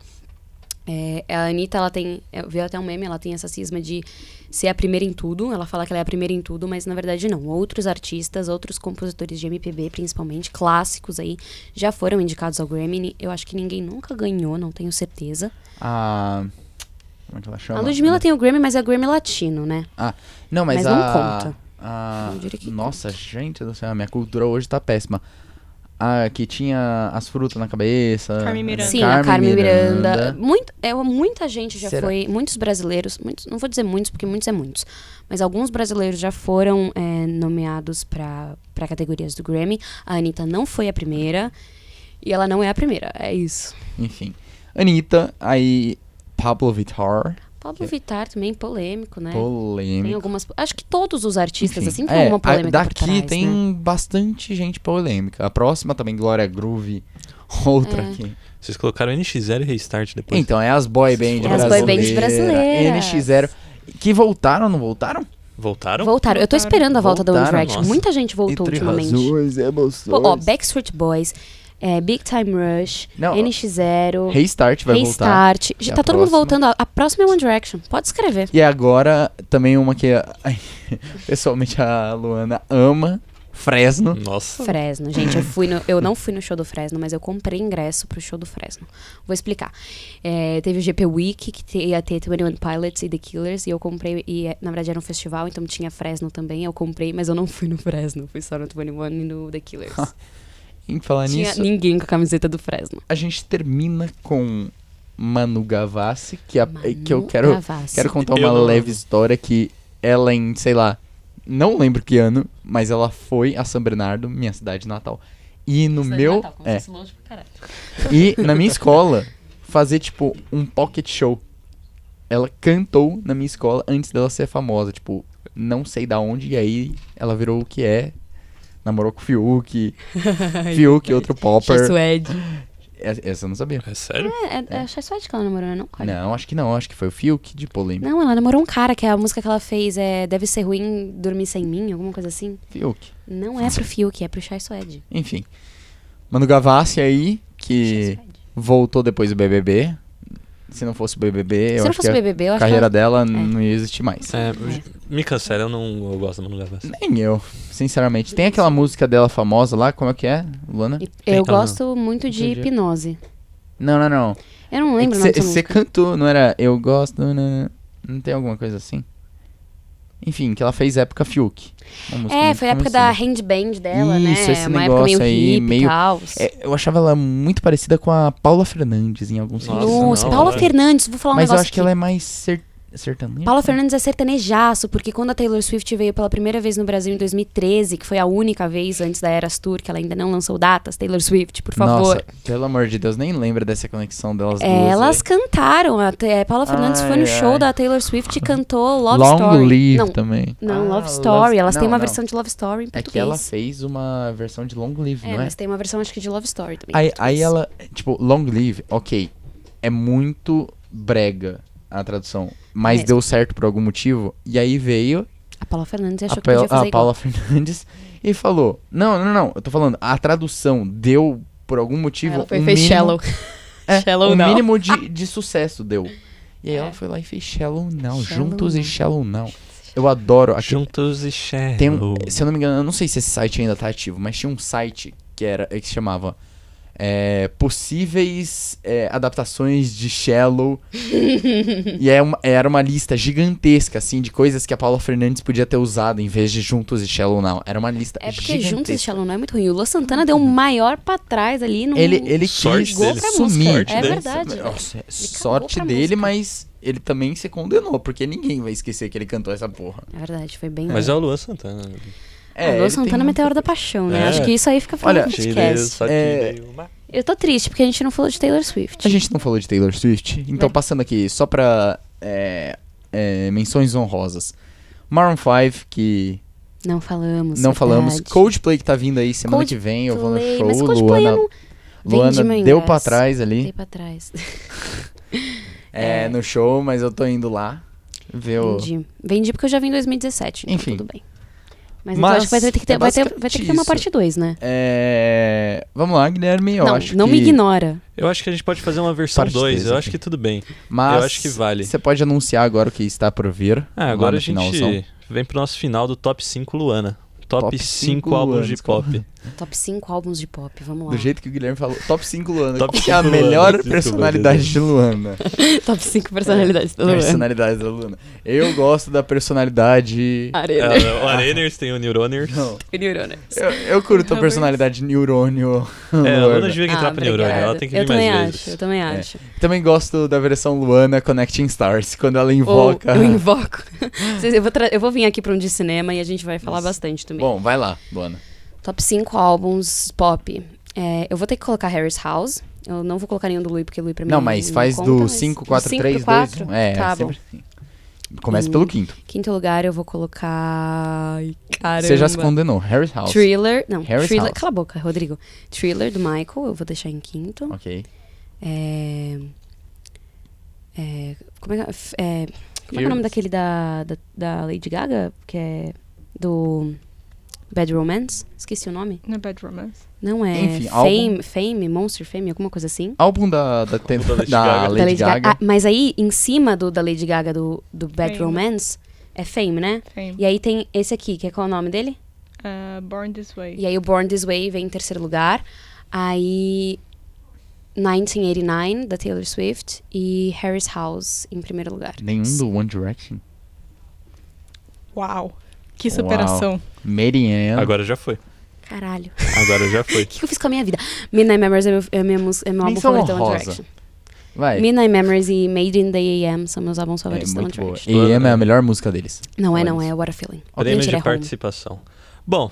C: É, a Anitta, ela tem. Eu vi até um meme, ela tem essa cisma de ser a primeira em tudo. Ela fala que ela é a primeira em tudo, mas na verdade não. Outros artistas, outros compositores de MPB, principalmente, clássicos aí, já foram indicados ao Grammy. Eu acho que ninguém nunca ganhou, não tenho certeza.
B: A. Como é que ela chama?
C: A Ludmilla tem o Grammy, mas é o Grammy latino, né?
B: Não, mas,
C: mas
B: a.
C: não conta.
B: a-
C: Não diria que
B: Nossa, gente do céu, a minha cultura hoje tá péssima. A que tinha as frutas na cabeça. né?
D: Carmen Miranda.
C: Sim, a Carmen Miranda. Muito, é, muita gente já
B: Será?
C: foi, muitos brasileiros, muitos, não vou dizer muitos, porque muitos é muitos, mas alguns brasileiros já foram é, nomeados para categorias do Grammy. A Anitta não foi a primeira e ela não é a primeira, é isso.
B: Enfim. Anitta, aí Pablo Vittar,
C: Pablo Vittar também, polêmico, né? Tem
B: polêmico.
C: algumas. Acho que todos os artistas,
B: Enfim,
C: assim, tem
B: é,
C: uma
B: a-
C: polêmica.
B: Daqui
C: por trás,
B: tem
C: né?
B: bastante gente polêmica. A próxima também, Glória Groove, outra
C: É.
B: aqui.
A: Vocês colocaram NX0 e Restart depois.
B: Então, é as boy band
A: É as boy
B: brasileiras.
C: bands brasileiras.
B: NX0. Que voltaram, não voltaram?
A: Voltaram?
C: Voltaram. Eu tô esperando a volta da One
B: Voltaram,
C: Direction.
A: nossa.
C: Muita gente voltou
B: Entre
C: ultimamente.
B: razões, emoções.
C: Pô, ó, Backstreet Boys, é, Big Time Rush,
B: Não,
C: NX0.
B: Restart vai voltar.
C: Restart.
B: E a
C: Tá todo mundo
B: próxima?
C: voltando. A- A próxima é One Direction. Pode escrever.
B: E agora, também uma que ai, pessoalmente a Luana ama, Fresno.
A: Nossa.
C: Fresno, gente, eu fui no- eu não fui no show do Fresno, mas eu comprei ingresso pro show do Fresno. Vou explicar. É, teve o GP Week, que te- ia ter 21 Pilots e The Killers, e eu comprei, e é, na verdade era um festival, então tinha Fresno também, eu comprei, mas eu não fui no Fresno, fui só no 21 e no The Killers.
B: Em falar
C: tinha
B: nisso,
C: ninguém com a camiseta do Fresno.
B: a gente termina com Manu Gavassi, que, é a- que eu
C: Manu
B: quero,
C: Gavassi.
B: quero contar
A: Eu
B: uma
A: não-
B: leve história que ela em, sei lá, não lembro que ano, mas ela foi a São Bernardo, minha cidade natal. E no meu, é, e na minha escola fazer tipo um pocket show. Ela cantou na minha escola antes dela ser famosa, tipo, não sei da onde e aí ela virou o que é. Namorou com o Fiuk, Fiuk outro popper.
C: Suede.
B: Essa essa eu não sabia.
A: É sério?
C: É, é, é a Chai Suede que ela namorou, né? Não, Cole?
B: Não, acho que não, acho que foi o Fiuk de polêmica.
C: Não, ela namorou um cara que a música que ela fez é Deve Ser Ruim Dormir Sem Mim, alguma coisa assim.
B: Fiuk.
C: Não é pro Fiuk, é pro Chai Suede.
B: Enfim. Manu Gavassi aí que
C: Chai Suede.
B: voltou depois do BBB. Se não fosse o BBB, eu
C: Se não
B: acho
C: É.
B: que
C: fosse
B: a
C: BBB, eu acho
B: carreira
C: que
B: dela não ia existir mais.
A: É, me cancela, eu não eu gosto da Manu Gavassi.
B: Nem eu, sinceramente. Tem aquela música dela famosa lá, como é que é, Luana?
C: ela... Eu
A: Então, não.
C: gosto muito de
B: Entendi.
C: hipnose.
B: Não, não, É não.
C: Eu não lembro o nome dessa
B: Você
C: música.
B: cantou, não era Eu Gosto, não, não, não tem alguma coisa assim? Enfim, que ela fez época Fiuk. Uma música
C: É,
B: muito
C: foi a época da
B: conhecida.
C: handband dela,
B: Isso,
C: né?
B: esse
C: Uma
B: negócio
C: época meio
B: aí,
C: hippie
B: meio-
C: e tal.
B: É, eu achava ela muito parecida com a Paula Fernandes em alguns
A: Nossa,
B: sentidos.
C: Nossa,
A: não,
C: Paula
A: olha.
C: Fernandes, vou falar um
B: Mas eu
C: negócio
B: acho que
C: aqui.
B: ela é mais cer sertaneja.
C: Paula Fernandes é sertanejaço, porque quando a Taylor Swift veio pela primeira vez no Brasil em 2013, que foi a única vez antes da Eras Tour, que ela ainda não lançou datas, Taylor Swift, por favor.
B: Nossa, pelo amor de Deus, nem lembra dessa conexão delas
C: É,
B: duas.
C: Elas
B: aí.
C: cantaram. A Te- é, Paula Fernandes foi no
B: Ai,
C: show
B: ai.
C: da Taylor Swift e cantou Love
B: Long
C: Story.
B: Live
C: não,
B: também.
C: não
B: Ah,
C: Love
B: Love-
C: Story. Elas têm
B: não,
C: uma
B: não.
C: versão de Love Story em
B: É
C: português.
B: que ela fez uma versão de Long Live,
C: É,
B: não é?
C: mas tem uma versão, acho que de Love Story também. em
B: Aí,
C: português.
B: aí ela, tipo, long live, ok. É muito brega a tradução. Mas
C: É Mesmo.
B: deu certo por algum motivo. E aí veio
C: A Paula Fernandes
B: a,
C: achou
B: Pel-
C: que podia fazer
B: a
C: igual.
B: Paula Fernandes e falou: Não, não, não, eu tô falando, a tradução deu por algum motivo.
E: Ela foi
B: um
E: fez
B: mínimo,
E: shallow.
B: É,
E: Shallow
B: um
E: Now.
B: mínimo de, de sucesso deu. E aí
E: É.
B: ela foi lá e fez Shallow Now,
C: Shallow
B: juntos e
C: Now.
B: Shallow Now. Eu adoro aquele,
A: Juntos e Shadow.
B: tem um, se eu não me engano, eu não sei se esse site ainda tá ativo, mas tinha um site que era que se chamava é, possíveis é, adaptações de Shallow. e é uma- era uma lista gigantesca assim de coisas que a Paula Fernandes podia ter usado em vez de Juntos e Shallow Now. Era uma lista
C: É porque
B: gigantesca. Uhum.
C: juntos esse Shallow não é muito ruim. O Luan Santana deu um maior pra trás ali. Num...
B: ele ele
A: Sorte
B: quis
A: dele.
B: sumir.
A: Sorte É dele.
C: verdade, velho.
B: Nossa,
C: cagou
B: sorte
C: pra
B: dele,
C: música.
B: mas ele também se condenou, porque ninguém vai esquecer que ele cantou essa porra.
C: É verdade, foi bem...
A: Mas é o Luan Santana. né?
C: o
B: ele
C: Luan
B: tem
C: Santana é
B: muita
C: Meteoro da Paixão, né?
A: É.
C: Acho que isso aí fica falando
B: Olha,
C: no
A: Tirei,
C: podcast.
A: só
B: É.
A: tirei uma.
C: Eu tô triste porque a gente não falou de Taylor Swift.
B: A gente não falou de Taylor Swift, então
C: É.
B: passando aqui só pra é, é, menções honrosas. Maroon 5, que
C: Não falamos.
B: não falamos.
C: é verdade.
B: Coldplay, que tá vindo aí semana
C: Coldplay,
B: que vem, eu vou no show.
C: Mas Coldplay
B: Luana,
C: eu não... Vendi
B: Luana
C: meu
B: deu
C: ingresso.
B: pra trás ali
C: Dei pra trás.
B: é, no show, mas eu tô indo lá ver o...
C: Vendi. Vendi porque eu já vim em 2017, então
B: Enfim.
C: tudo bem. Mas,
B: Mas
C: então acho que vai ter que ter,
B: é
C: vai ter,
B: basicamente
C: vai ter que ter uma
B: isso.
C: parte 2, né?
B: É, Vamos lá, Guilherme, eu
C: não,
B: acho
C: não
B: que...
C: me ignora.
A: Eu acho que a gente pode fazer uma versão
B: Parte assim.
A: 2.
B: três,
A: Eu
B: ok.
A: acho que tudo bem.
B: Mas
A: Eu acho que vale.
B: Você pode anunciar agora o que está por vir.
A: Ah,
B: lá
A: agora
B: no
A: a gente
B: finalzão.
A: vem pro nosso final do top 5 Luana. Top,
B: Top
A: 5
B: cinco
A: álbuns
B: Luanas,
A: de
B: como-
A: pop.
C: Top 5 álbuns de pop, vamos lá.
B: Do jeito que o Guilherme falou, top 5 Luana.
A: Top
B: Top que é a
A: cinco Luana,
B: melhor
A: desculpa,
B: personalidade
A: Deus.
B: de Luana.
C: Top 5 personalidades da Luana.
B: Personalidade da Luana. Eu gosto da personalidade.
C: Arena.
A: É, o Areners tem o Neuroners.
B: Não.
C: e Neurona.
B: Eu, eu curto a personalidade de neurônio.
A: É, a Luana
B: Luana.
A: devia entrar
C: Ah,
A: pro Neurônio. Ela
C: obrigada.
A: tem que
C: eu
A: vir mais
C: também acho,
A: vezes.
C: Eu também
B: É.
C: acho.
B: Também gosto da versão Luana Connecting Stars, quando ela
C: Ou
B: invoca.
C: eu invoco. Vocês- eu, vou tra- eu vou vir aqui pra um de cinema e a gente vai falar bastante também.
B: Bom, vai lá, Luana.
C: Top 5 álbuns pop. É, eu vou ter que colocar Harry's House. Eu não vou colocar nenhum do Louis, porque o Louis pra mim
B: Não, mas faz
C: conta,
B: do
C: mas-
B: 5, 4,
C: cinco
B: 3,
C: pro quatro?
B: 2, 1. É,
C: tá bom.
B: sempre assim. Começa pelo quinto.
C: Quinto lugar eu vou colocar... Ai, caramba.
B: Você já se condenou. Harry's House.
C: Thriller, não,
B: Harry's
C: Thriller,
B: House.
C: cala a boca, Rodrigo. Thriller do Michael, eu vou deixar em quinto.
B: Ok.
C: É, é, como é, que é, F- é, como é que é o
B: Fearless.
C: nome daquele da, da, da Lady Gaga? Que é do Bad Romance? Esqueci o nome.
D: No Bad Romance.
C: Não é
B: Enfim,
C: Fame, Fame, Monster Fame, alguma coisa assim.
B: Álbum da, da, da,
A: da Lady
B: da
A: Gaga.
B: Lady,
C: Da
B: Gaga.
C: Ah, mas aí, em cima do da Lady Gaga do, do Bad
D: Fame.
C: Romance, é Fame, né?
D: Fame.
C: E aí tem esse aqui, que é qual é o nome dele?
D: Ah, Born This Way.
C: E aí o Born This Way vem em terceiro lugar. Aí 1989, da Taylor Swift. E Harry's House em primeiro lugar.
B: Nenhum do One Direction.
D: Uau. Que superação.
B: Marianne.
A: Agora já foi.
C: Caralho.
A: Agora já foi.
C: O que, que eu fiz com a minha vida? Midnight Memories é meu, é minha mus- é meu álbum
B: Menção
C: favorito da One
B: honrosa.
C: Direction.
B: Vai.
C: Midnight Memories e Made in the AM são meus álbuns
B: é
C: favoritos da One
B: muito boa.
C: Direction.
B: AM é a melhor música deles.
C: Não é,
B: Olha
C: não
B: isso.
C: é. What a Feeling.
A: Prêmio
C: Gente,
A: de
C: era Home.
A: participação. Bom,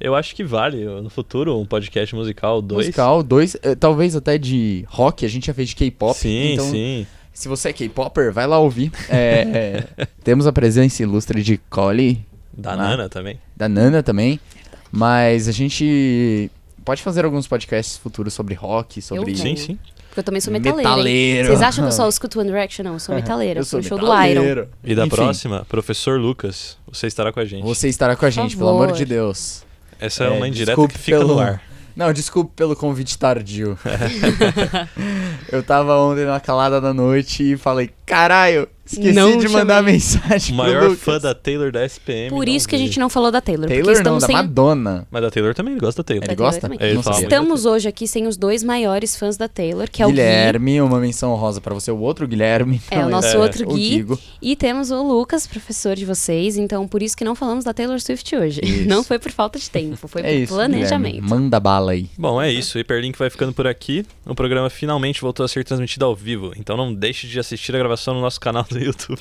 A: eu acho que vale no futuro um podcast musical 2.
B: Musical, dois, eh, talvez até de rock, a gente já fez de K-pop.
A: Sim,
B: então,
A: sim.
B: se você é K-popper, vai lá ouvir. É, é, temos a presença ilustre de Collie,
A: Da
B: Ah.
A: Nana também.
B: da Nana também. Mas a gente pode fazer alguns podcasts futuros sobre rock, sobre.
C: Eu
A: Sim, sim.
C: Porque eu também sou metaleira. hein?
B: Metaleiro. É,
C: Vocês acham que eu só escuto One Direction? Não, eu sou metaleira.
B: Eu sou
C: o show do Iron.
B: metaleiro.
A: E da
B: Enfim,
A: próxima, professor Lucas, você estará com a gente.
B: Você estará com a gente, pelo amor
C: favor.
B: de Deus.
A: Essa é,
B: É,
A: uma indireta
B: desculpe
A: que fica
B: pelo-
A: no ar.
B: Não, desculpe pelo convite tardio. eu tava ontem na calada da noite e falei, caralho, esqueci
C: Não
B: de
C: te
B: mandar
C: chamei."
B: mensagem
A: O
B: pro
A: maior
B: Lucas.
A: fã da Taylor da
B: é
A: SPM.
C: Por isso que a
A: vi.
C: gente não falou da Taylor. porque
B: Taylor não,
C: estamos
B: da
C: sem...
B: Madonna.
A: Mas a Taylor também gosta da Taylor.
B: Ele
C: Taylor
B: gosta?
C: também.
A: Ele
B: Não
A: fala
B: sabia.
A: muito.
C: Estamos hoje aqui sem os dois maiores fãs da Taylor, que é o Gui.
B: Guilherme, uma menção honrosa pra você. O outro Guilherme.
C: É, o
B: também.
C: nosso
A: É,
C: outro
B: O
C: Gui.
B: Guigo.
C: E temos o Lucas, professor de vocês, então por isso que não falamos da Taylor Swift hoje.
B: Isso.
C: Não foi por falta de tempo, foi por
B: É isso,
C: planejamento.
B: Guilherme. Manda bala aí.
A: Bom, é isso. O Hyperlink vai ficando por aqui. O programa finalmente voltou a ser transmitido ao vivo, então não deixe de assistir a gravação no nosso canal do YouTube.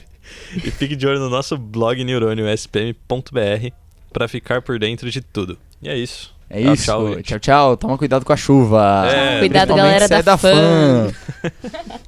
A: e fique de olho no nosso blog neurônio.spm.br para ficar por dentro de tudo. E é isso.
B: É
A: Tchau,
B: isso.
A: tchau,
B: Tchau,
A: gente.
B: tchau. Toma cuidado com a chuva.
A: É,
C: Cuidado,
B: Principalmente
C: galera
B: se é
C: da
B: da fã.